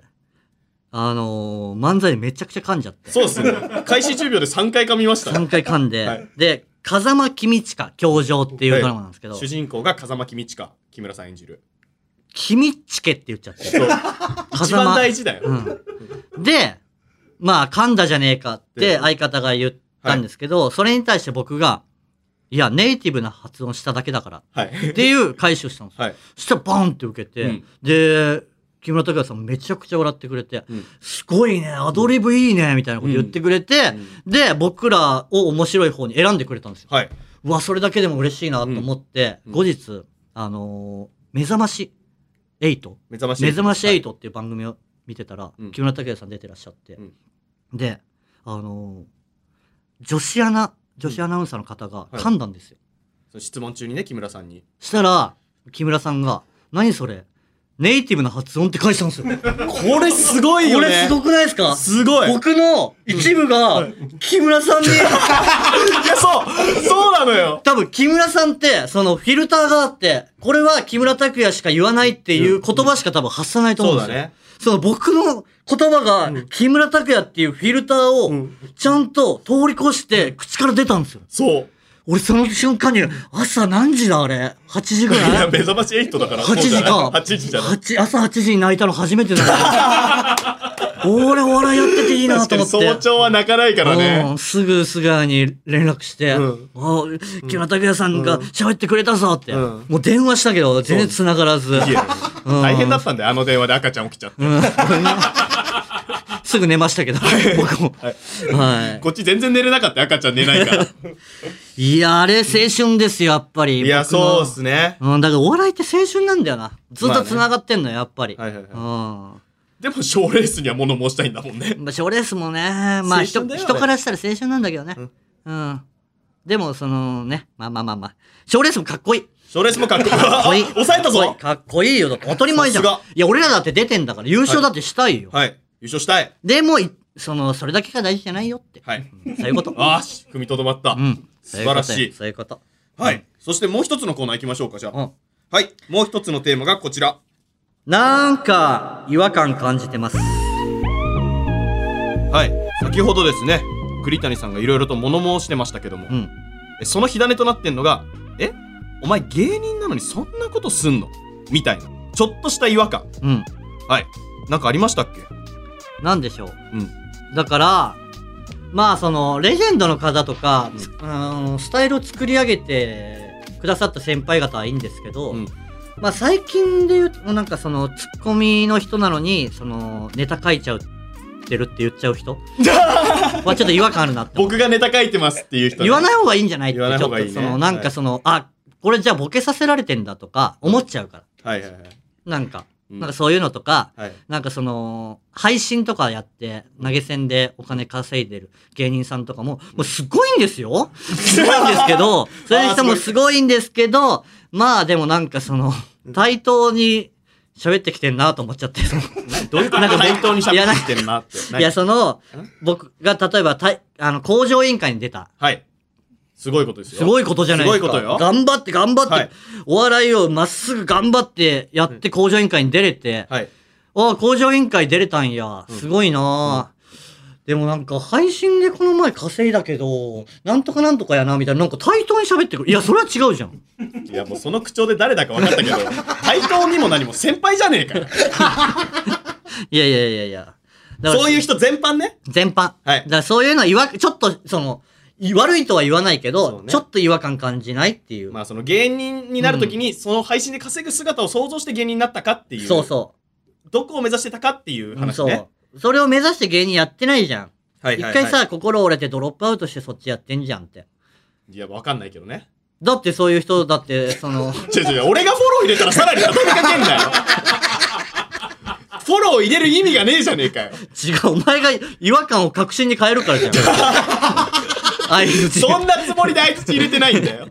Speaker 1: あのー、漫才でめちゃくちゃ噛んじゃって。
Speaker 2: そうですね開始10秒で3回か見ました
Speaker 1: 3回噛んで、
Speaker 2: はい
Speaker 1: で、風間公親教場っていうドラマなんですけど、
Speaker 2: 主人公が風間公親木村さん演じる
Speaker 1: 君っちけって言っちゃって。
Speaker 2: そう 一
Speaker 1: 風
Speaker 2: 番
Speaker 1: 間
Speaker 2: 大事だよ、
Speaker 1: うん、で、まあ、噛んだじゃねえかって
Speaker 2: で
Speaker 1: 相方が言ったんですけど、それに対して僕が、いや、ネイティブな発音しただけだから、
Speaker 2: はい
Speaker 1: っていう返しをしたんですよ。
Speaker 2: はい
Speaker 1: そしたらバンって受けて、
Speaker 2: うん
Speaker 1: で、木村拓哉さんめちゃくちゃ笑ってくれて、
Speaker 2: うん
Speaker 1: すごいね、アドリブいいね、みたいなこと言ってくれて、で、僕らを面白い方に選んでくれたんですよ。
Speaker 2: はいう
Speaker 1: わ、それだけでも嬉しいなと思って、
Speaker 2: うん
Speaker 1: 後日、あのー目覚まし8。
Speaker 2: 目覚まし
Speaker 1: 目覚まし
Speaker 2: はい
Speaker 1: 8っていう番組を見てたら、
Speaker 2: うん
Speaker 1: 木村拓哉さん出てらっしゃって、
Speaker 2: うん
Speaker 1: であのー女子アナ女子アナウンサーの方が
Speaker 2: うん
Speaker 1: 噛んだんですよ、
Speaker 2: その質問中にね木村さんに
Speaker 1: したら木村さんが「何それネイティブな発音」って返したんです よこ
Speaker 2: これすごいよね
Speaker 1: れすごくないですか
Speaker 2: すごい
Speaker 1: 僕の一部が木村さんに
Speaker 2: いやそうそうなのよ
Speaker 1: 多分木村さんってそのフィルターがあってこれは木村拓哉しか言わないっていう言葉しか多分発さないと思
Speaker 2: そう
Speaker 1: うんで
Speaker 2: だ
Speaker 1: すよ、
Speaker 2: ね
Speaker 1: その僕の言葉が、木村拓哉っていうフィルターを、ちゃんと通り越して、口から出たんですよ。
Speaker 2: そう
Speaker 1: 俺その瞬間に、朝何時だあれ ?8 時ぐ
Speaker 2: い
Speaker 1: ら
Speaker 2: や
Speaker 1: い
Speaker 2: 目覚まし8だから
Speaker 1: ?8 時か。
Speaker 2: 8時じゃない
Speaker 1: 八朝8時に泣いたの初めて だよ俺お笑いやってていいな
Speaker 2: 確
Speaker 1: と
Speaker 2: か
Speaker 1: 思
Speaker 2: に
Speaker 1: って。
Speaker 2: 早朝は泣かないから
Speaker 1: う
Speaker 2: ね
Speaker 1: んすぐ菅谷に連絡して、
Speaker 2: うん
Speaker 1: あ木村拓哉さんが喋ってくれたぞって、
Speaker 2: うん
Speaker 1: もう電話したけど全然繋がらず、
Speaker 2: いや
Speaker 1: うん
Speaker 2: 大変だったんだよあの電話で赤ちゃん起きちゃって
Speaker 1: うんすぐ寝ましたけど、僕も。
Speaker 2: はい
Speaker 1: は
Speaker 2: こっち全然寝れなかったよ赤ちゃん寝ないから
Speaker 1: い。いや、あれ青春ですよ、やっぱり。
Speaker 2: いや
Speaker 1: 僕の
Speaker 2: そうっすね
Speaker 1: うん、だからお笑いって青春なんだよな。ずっと繋がってんのよ、やっぱり。
Speaker 2: はいはいはい
Speaker 1: うん。ま
Speaker 2: でも賞レースには物申したいんだもんね
Speaker 1: あ、賞レースもね、まあ人、
Speaker 2: 青春だよ
Speaker 1: 人からしたら青春なんだけどね。うん。でも、そのね、まあまあまあまあ。賞レースもかっこいい。
Speaker 2: 賞レースもかっこいい
Speaker 1: かっこいい。
Speaker 2: 抑えたぞ
Speaker 1: かっこいいよ。だって当たり前じゃん。い
Speaker 2: さすが
Speaker 1: や、俺らだって出てんだから、優勝だってしたいよ。
Speaker 2: はい優勝したい
Speaker 1: でも、いその、それだけが大事じゃないよって。
Speaker 2: はい。
Speaker 1: そういうこと。
Speaker 2: あーし、踏みとどまった
Speaker 1: う。ん。
Speaker 2: 素晴らしい
Speaker 1: そういうことよ。
Speaker 2: はい。そしてもう一つのコーナー行きましょうか、じゃ
Speaker 1: そういう
Speaker 2: あ。
Speaker 1: こと
Speaker 2: はい。もう一つのテーマがこちら。
Speaker 1: うん。なんか、違和感感じてます。
Speaker 2: はい。先ほどですね、栗谷さんがいろいろと物申してましたけども
Speaker 1: う、ん。
Speaker 2: えその火種となってんのが、えお前芸人なのにそんなことすんのみたいな。ちょっとした違和感。
Speaker 1: うん。
Speaker 2: はい。なんかありましたっけ
Speaker 1: なんでしょう。
Speaker 2: うん。
Speaker 1: だから、まあそのレジェンドの方とか、
Speaker 2: うん
Speaker 1: つうんスタイルを作り上げてくださった先輩方はいいんですけど、
Speaker 2: うん
Speaker 1: まあ最近で言うとなんかそのツッコミの人なのにそのネタ書いちゃうってるって言っちゃう 人はちょっと違和感あるなって思う
Speaker 2: 僕がネタ書いてますっていう人ね
Speaker 1: 言わない方がいいんじゃないって
Speaker 2: 言わない
Speaker 1: ちょ
Speaker 2: 方
Speaker 1: っ
Speaker 2: がいいね
Speaker 1: とそのなんかその、あこれじゃあボケさせられてんだとか思っちゃうから
Speaker 2: はいはいはい。
Speaker 1: なんか、
Speaker 2: うん
Speaker 1: なんかそういうのとか
Speaker 2: はい。
Speaker 1: なんかその、配信とかやって、投げ銭でお金稼いでる芸人さんとかも、もうすごいんですよすごいんですけ ど、そういう人もすごいんですけど、まあでもなんかその、対等に喋ってきてんなと思っちゃって。その
Speaker 2: どういう
Speaker 1: なんか
Speaker 2: 対等に喋
Speaker 1: いやなん
Speaker 2: ってんなって。
Speaker 1: いや、その、僕が例えば、たいあの、工場委員会に出た。
Speaker 2: はい。すごいことですよ。
Speaker 1: すごいことじゃないですか。
Speaker 2: すごいことよ
Speaker 1: 頑張って頑張って、
Speaker 2: はい
Speaker 1: お笑いをまっすぐ頑張ってやって工場委員会に出れて、
Speaker 2: はい。
Speaker 1: ああ、工場委員会出れたんや。
Speaker 2: ん
Speaker 1: すごいなあ、でもなんか配信でこの前稼いだけど、なんとかなんとかやな、みたいな。なんか対等に喋ってくる。いや、それは違うじゃん。
Speaker 2: いや、もうその口調で誰だか分かったけど、対等にも何も先輩じゃねえかよ。
Speaker 1: いやいやいやいや。だから
Speaker 2: そういう人全般ね。
Speaker 1: 全般。
Speaker 2: は
Speaker 1: だ
Speaker 2: い
Speaker 1: からそういうのは違和、ちょっと、その、い悪いとは言わないけ
Speaker 2: そ
Speaker 1: ど、
Speaker 2: うね
Speaker 1: ちょっと違和感感じないっていう。
Speaker 2: まあその芸人になるときに、その配信で稼ぐ姿を想像して芸人になったかっていう。
Speaker 1: そうそ
Speaker 2: どこを目指してたかっていう
Speaker 1: う。
Speaker 2: 話
Speaker 1: そ
Speaker 2: ね。
Speaker 1: う。それを目指して芸人やってないじゃん。
Speaker 2: は
Speaker 1: 一回さ、心折れてドロップアウトしてそっちやってんじゃんって。
Speaker 2: いや、わかんないけどね。
Speaker 1: だってそういう人だって、その、
Speaker 2: 違う違う、俺がフォロー入れたらさらに畳みかけんだよ。 フォロー入れる意味がねえじゃねえ かよ。
Speaker 1: 違う、お前が違和感を確信に変える からじゃん。あいつ、
Speaker 2: そんなつもりであいつ入れてないんだよ。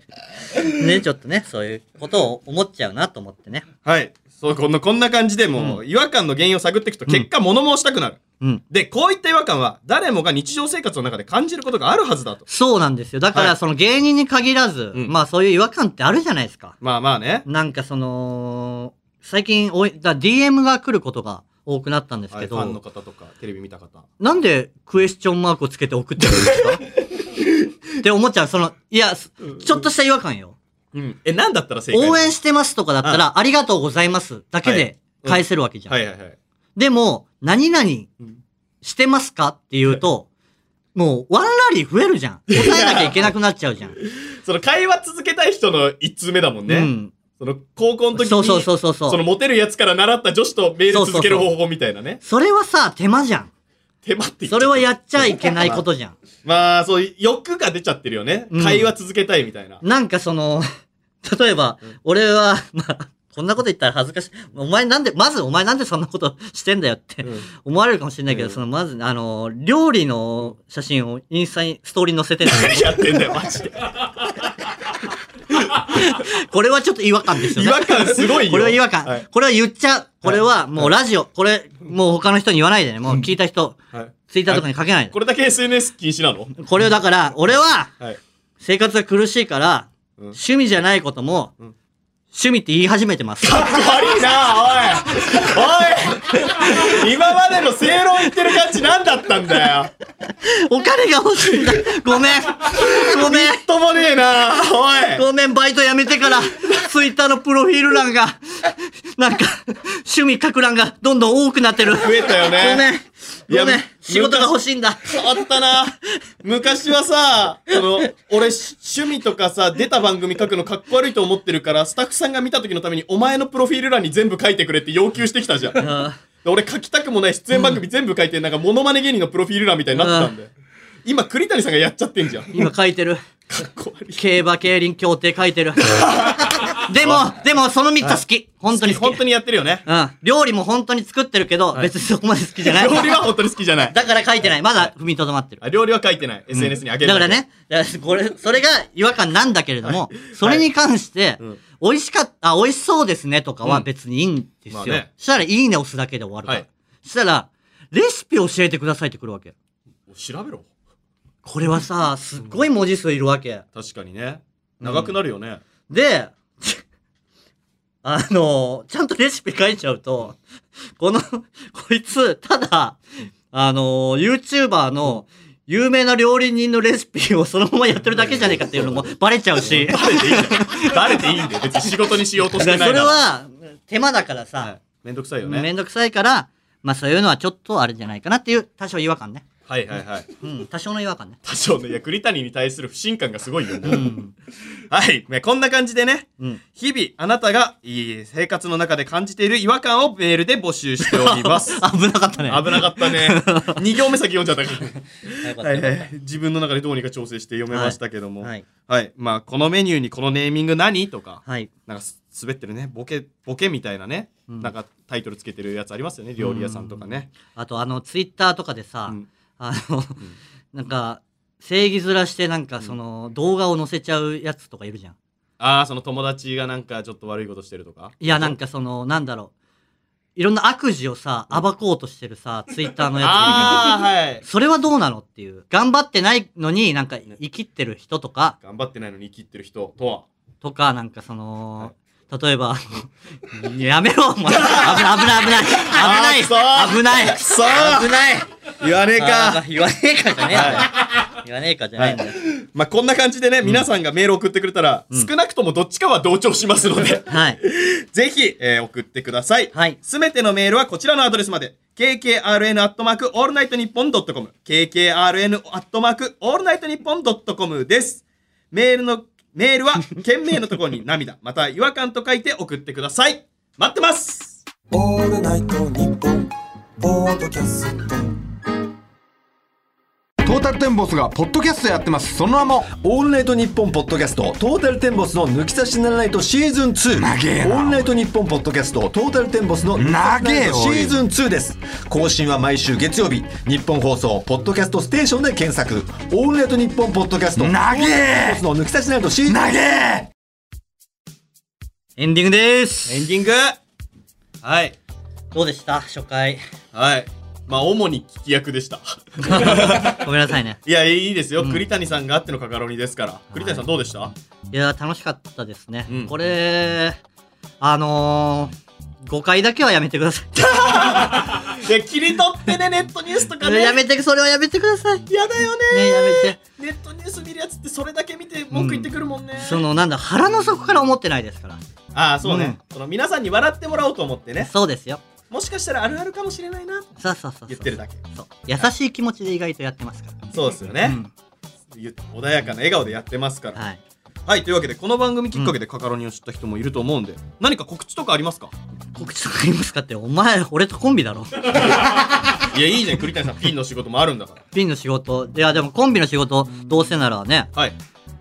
Speaker 1: ね、ちょっとね、そういうことを思っちゃうなと思ってね。
Speaker 2: はい。そう、こんな、こんな感じでもう、違和感の原因を探っていくと結果物申したくなる。
Speaker 1: うん。
Speaker 2: で、こういった違和感は誰もが日常生活の中で感じることがあるはずだと。
Speaker 1: そうなんですよ。だか
Speaker 2: はい
Speaker 1: ら、その芸人に限らず、
Speaker 2: うん
Speaker 1: まあそういう違和感ってあるじゃないですか。
Speaker 2: まあまあね。
Speaker 1: なんかその、最近多い、だ DM が来ることが多くなったんです
Speaker 2: はい
Speaker 1: け
Speaker 2: フ
Speaker 1: ど、
Speaker 2: ァンの方とか、テレビ見た方。
Speaker 1: なんでクエスチョンマークをつけて送ってるんですか って思っちゃう。その、いや、すちょっとした違和感よ。
Speaker 2: うん。え、なんだったら正解
Speaker 1: 応援してますとかだったら、ありがとうございますだけで返せるわけじゃん。
Speaker 2: はいはいはい。
Speaker 1: でも、何々
Speaker 2: ん
Speaker 1: してますかって言うと、もうワンラリー増えるじゃん。答えなきゃいけなくなっちゃうじゃ ん。
Speaker 2: その会話続けたい人の一通目だもんね。
Speaker 1: うん。
Speaker 2: その高校の時に、
Speaker 1: そうそうそうそうそう
Speaker 2: そのモテるやつから習った女子とメール続ける
Speaker 1: そうそうそ
Speaker 2: 方法みたいなね。
Speaker 1: それはさ、手間じゃん。
Speaker 2: 手間って言っちゃ
Speaker 1: そうれはやっちゃいけないことじゃん。
Speaker 2: まあ、そういう欲が出ちゃってるよね。
Speaker 1: うん
Speaker 2: 会話続けたいみたいな。
Speaker 1: なんかその、 例えば、俺は、まあ、こんなこと言ったら恥ずかしい。お前なんで、まずお前なんでそんなことしてんだよって
Speaker 2: うん
Speaker 1: 思われるかもしれないけど、
Speaker 2: うん
Speaker 1: その、まず、あの、料理の写真をインスタに、ストーリーに載せてんだよ
Speaker 2: 何やってんだよ、マジで。
Speaker 1: これはちょっと違和感ですよね。
Speaker 2: 違和感すごいよ。
Speaker 1: これは違和感、
Speaker 2: はい。
Speaker 1: これは言っちゃう。これはもうラジオ。これ、もう他の人に言わないでね。もう聞いた人、
Speaker 2: はい
Speaker 1: ツイッターとかに書けないで
Speaker 2: こ。れだけ SNS 禁止なの
Speaker 1: これをだから、俺は
Speaker 2: はい。
Speaker 1: 生活が苦しいから、
Speaker 2: うん
Speaker 1: 趣味じゃないことも、
Speaker 2: ん
Speaker 1: 趣味って言い始めてます。
Speaker 2: 悪いなおいおい今までの正論言ってる感じ何だったんだよ
Speaker 1: お金が欲 しいんだ。ごめん。ごめん。
Speaker 2: ともねえなおい
Speaker 1: ごめん、バイト辞めてから、ツイッターのプロフィール欄が、なんか、趣味書く欄がどんどん多くなってる。
Speaker 2: 増えたよね
Speaker 1: ごめん。
Speaker 2: いや
Speaker 1: ごめん。仕事が欲しいんだ。
Speaker 2: 変わったな昔はさ、その、俺、趣味とかさ、出た番組書くのかっこ悪いと思ってるから、スタッフさんが見た時のために、お前のプロフィール欄に全部書いてくれって要求してきたじゃん。
Speaker 1: うん
Speaker 2: 俺書きたくもない出演番組全部書いて、なんかモノマネ芸人のプロフィール欄みたいになってたんだよ。今、栗谷さんがやっちゃってんじゃん。か
Speaker 1: 今書いてる。
Speaker 2: っこ悪い。
Speaker 1: 競馬競輪協定書いてるでもでもその3つ好き、本当に好き
Speaker 2: 本当にやってるよね。
Speaker 1: うん、料理も本当に作ってるけど、別にそこまで好きじゃない
Speaker 2: 料理は本当に好きじゃない。
Speaker 1: だから書いてないまだ踏みとどまってる、
Speaker 2: あ料理は書いてない。SNS に上げ
Speaker 1: だ
Speaker 2: る。
Speaker 1: から。ねだからこれそれが違和感なんだけれども、それに関して、
Speaker 2: うん
Speaker 1: 美味しかったあ美味しそうですねとか
Speaker 2: う
Speaker 1: は
Speaker 2: ん
Speaker 1: 別にいいんですよ、
Speaker 2: まあね
Speaker 1: したら「いいね」押すだけで終わるから、
Speaker 2: はい
Speaker 1: したらレシピ教えてくださいってくるわけ。
Speaker 2: 調べろ
Speaker 1: これはさ、すっごい文字数いるわけ。
Speaker 2: 確かにね長くなるよね、
Speaker 1: で、 あの、ちゃんとレシピ書いちゃうと、この、こいつ、ただ、あの、YouTuber の有名な料理人のレシピをそのままやってるだけじゃねえかっていうのもバレちゃうし、だか
Speaker 2: バレていいんだよバレていいんだよ別に仕事にしようとしてな
Speaker 1: ら
Speaker 2: い
Speaker 1: それ
Speaker 2: な
Speaker 1: は手間だからさ
Speaker 2: は、い、めんどくさいよね
Speaker 1: めんどくさいから、まあそういうのはちょっとあれじゃないかなっていう、多少違和感ね。
Speaker 2: はいはいはい
Speaker 1: うん、多少の違和感ね。
Speaker 2: 多少ねいや栗谷に対する不信感がすごいよ、ね
Speaker 1: うん。
Speaker 2: はい、ね、こんな感じでね
Speaker 1: うん。
Speaker 2: 日々あなたがいい生活の中で感じている違和感をメールで募集しております
Speaker 1: 危なか ったね。
Speaker 2: 危なかっ たね2行目先読んじゃったか
Speaker 1: よ
Speaker 2: ら
Speaker 1: かった
Speaker 2: はい
Speaker 1: よか
Speaker 2: は
Speaker 1: っ
Speaker 2: い、自分の中でどうにか調整して読めましたけど
Speaker 1: た
Speaker 2: も、はい
Speaker 1: はい。
Speaker 2: まあ、このメニューにこのネーミング何とか
Speaker 1: はい。
Speaker 2: なんかす滑ってるねボケボケみたいなね、
Speaker 1: うん
Speaker 2: なんかタイトルつけてるやつありますよね料理屋さんとかね、
Speaker 1: あと、あの、ツイッターとかでさ、
Speaker 2: うん
Speaker 1: あの、なんか、正義面してなんかその、動画を載せちゃうやつとかいるじゃん。
Speaker 2: ああその友達がなんかちょっと悪いことしてるとか
Speaker 1: いや、なんかその、なんだろう。いろんな悪事をさ、暴こうとしてる さ、ツイッターのやついるじゃん
Speaker 2: ああはい
Speaker 1: それはどうなのっていう。頑張ってないのになんか生きってる人とか、
Speaker 2: 頑張ってないのに生きってる人とは
Speaker 1: とか、なんかその、例えば、あのやめろお前危ない危ない危
Speaker 2: あ
Speaker 1: な
Speaker 2: ー
Speaker 1: い
Speaker 2: くそー
Speaker 1: 危ない
Speaker 2: くそ
Speaker 1: 危ない
Speaker 2: 言わねえ
Speaker 1: あー言わねえかじゃねえんだよ。言わねえかじゃないんだよ。
Speaker 2: まあこんな感じでね、皆さんがメール送ってくれたら、
Speaker 1: うん、
Speaker 2: 少なくともどっちかは同調しますので
Speaker 1: はい。
Speaker 2: ぜひ、えー送ってください。
Speaker 1: はい。
Speaker 2: すべてのメールはこちらのアドレスまで。kkrn.allnightnippon.com。kkrn.allnightnippon.com です。メールの、メ ールは、件名のところに涙、または違和感と書いて送ってください。待ってます
Speaker 3: オールナイトニッポンポードキャスト
Speaker 5: トータルテンボスがポッドキャストやってますその名も
Speaker 6: オールナイトニッポンポッドキャストトータルテンボスの抜き差しならないとシーズン2
Speaker 5: 長えな
Speaker 6: オールナイトニッポンポッドキャストトータルテンボスの抜き差しならないとシーズン2です更新は毎週月曜日日本放送ポッドキャストステーションで検索オールナイトニッポンポッドキャスト
Speaker 5: 長え
Speaker 6: の抜き差しならないとシーズン
Speaker 5: 長え
Speaker 1: エンディングです。
Speaker 2: エンディングはい。
Speaker 1: どうでした初回。
Speaker 2: はい。まあ、主に聞き役でした。
Speaker 1: ごめんなさいね。
Speaker 2: いや、いいですよ。
Speaker 1: うん
Speaker 2: 栗谷さんがあってのカカロニですから。栗谷さんどうでした
Speaker 1: いやー、楽しかったですね。
Speaker 2: うん
Speaker 1: これ、あのー、誤解だけはやめてくだ さ
Speaker 2: で、切り取ってね、ネットニュースとか
Speaker 1: い。
Speaker 2: ね。
Speaker 1: やめて、それはやめてください。ね、
Speaker 2: やだよね
Speaker 1: やめて。
Speaker 2: ネットニュース見るやつってそれだけ見て文句言ってくるもんね。
Speaker 1: その、なんだ、腹の底から思ってないですから。
Speaker 2: ああ、そうね、その皆さんに笑ってもらおうと思ってね。
Speaker 1: そうですよ。
Speaker 2: もしかしたらあるあるかもしれないな。
Speaker 1: そうそうそうそう。
Speaker 2: 言ってるだけ。
Speaker 1: そう。優しい気持ちで意外とやってますから。
Speaker 2: そうですよ
Speaker 1: う
Speaker 2: ね、
Speaker 1: ん
Speaker 2: ゆ穏やかな笑顔でやってますから。はい、
Speaker 1: はい。
Speaker 2: というわけでこの番組きっかけでカカロニを知った人もいると思うんで、何か告知とかありますか
Speaker 1: 告知とか言いますかって、お前、俺とコンビだろ。
Speaker 2: いや、いいじゃん。栗谷さん、ピンの仕事もあるんだから。
Speaker 1: ピンの仕事。いや、でもコンビの仕事、どうせならね、
Speaker 2: はい。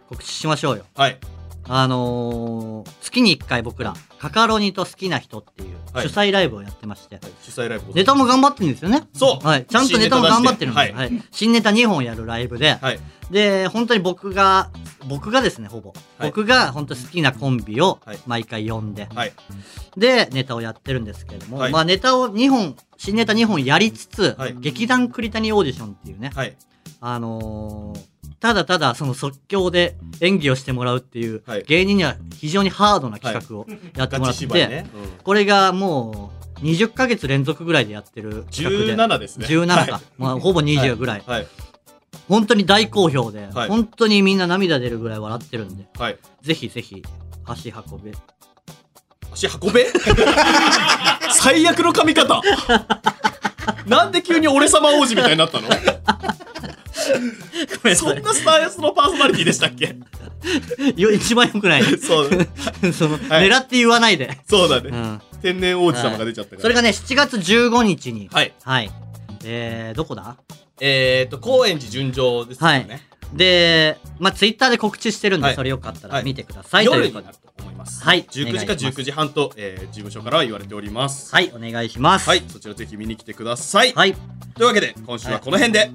Speaker 1: 告知しましょうよ。
Speaker 2: はい。
Speaker 1: あのー、月に1回僕ら、カカロニと好きな人っていう
Speaker 2: はい
Speaker 1: 主催ライブをやってまして、
Speaker 2: 主催ライブ
Speaker 1: ネタも頑張ってるんですよね。
Speaker 2: そう
Speaker 1: はい。ちゃんとネタも頑張ってるんです
Speaker 2: 新ネ
Speaker 1: よ。
Speaker 2: タ
Speaker 1: はい。新ネタ2本やるライブで、
Speaker 2: はい。
Speaker 1: で、本当に僕が、僕がですね、ほぼ。
Speaker 2: はい
Speaker 1: 僕が本当好きなコンビを
Speaker 2: はい
Speaker 1: 毎回呼んで、
Speaker 2: はい。
Speaker 1: で、ネタをやってるんですけれども、
Speaker 2: はい
Speaker 1: まあネタを2本、新ネタ2本やりつつ、
Speaker 2: はい
Speaker 1: 劇団栗谷オーディションっていうね、
Speaker 2: はい。
Speaker 1: あのーただただその即興で演技をしてもらうっていう、
Speaker 2: はい
Speaker 1: 芸人には非常にハードな企画をやってもら
Speaker 2: ガ
Speaker 1: っ
Speaker 2: チ
Speaker 1: て、
Speaker 2: 芝居ね。うん
Speaker 1: これがもう20ヶ月連続ぐらいでやってる企画で
Speaker 2: 17ですね。
Speaker 1: 17
Speaker 2: はい
Speaker 1: か、まあ、ほぼ20ぐらい、
Speaker 2: はい。
Speaker 1: 本当に大好評で、
Speaker 2: はい
Speaker 1: 本当にみんな涙出るぐらい笑ってるんで
Speaker 2: はい。
Speaker 1: ぜひぜひ足運べ
Speaker 2: 足運べ 最悪の髪型なんで急に俺様王子みたいになったの
Speaker 1: ごめんな
Speaker 2: そ
Speaker 1: さ
Speaker 2: ん
Speaker 1: い
Speaker 2: なスタイスのパーソナリティでしたっけ
Speaker 1: よ一番よくない
Speaker 2: そ う
Speaker 1: その、
Speaker 2: はい
Speaker 1: 狙って言わないで、
Speaker 2: そうだね、
Speaker 1: うん、
Speaker 2: 天然王子様が出ちゃったから、
Speaker 1: それがね7月15日に
Speaker 2: はい
Speaker 1: はい、えー、どこだ
Speaker 2: えーと高円寺純情ですよね、
Speaker 1: で、まあ、ツイッターで告知してるんで、
Speaker 2: はい
Speaker 1: それよかった
Speaker 2: は
Speaker 1: ら
Speaker 2: い
Speaker 1: 見てください、と
Speaker 2: 夜
Speaker 1: いう
Speaker 2: に
Speaker 1: こと
Speaker 2: なる
Speaker 1: で。
Speaker 2: と思います
Speaker 1: はい
Speaker 2: 19時か
Speaker 1: お願いします
Speaker 2: 19時半と、えー事務所からは言われております
Speaker 1: はい、お願いします。
Speaker 2: はい、そちらぜひ見に来てください、
Speaker 1: はい。
Speaker 2: というわけで今週はこの辺で、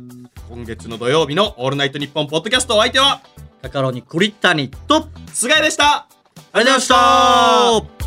Speaker 2: 今月の土曜日の「オールナイトニッポン」ポッドキャストお相手は
Speaker 1: カカロニ、クリッタニと、
Speaker 2: 菅井でしたありがとうございまし
Speaker 1: ありがとうございました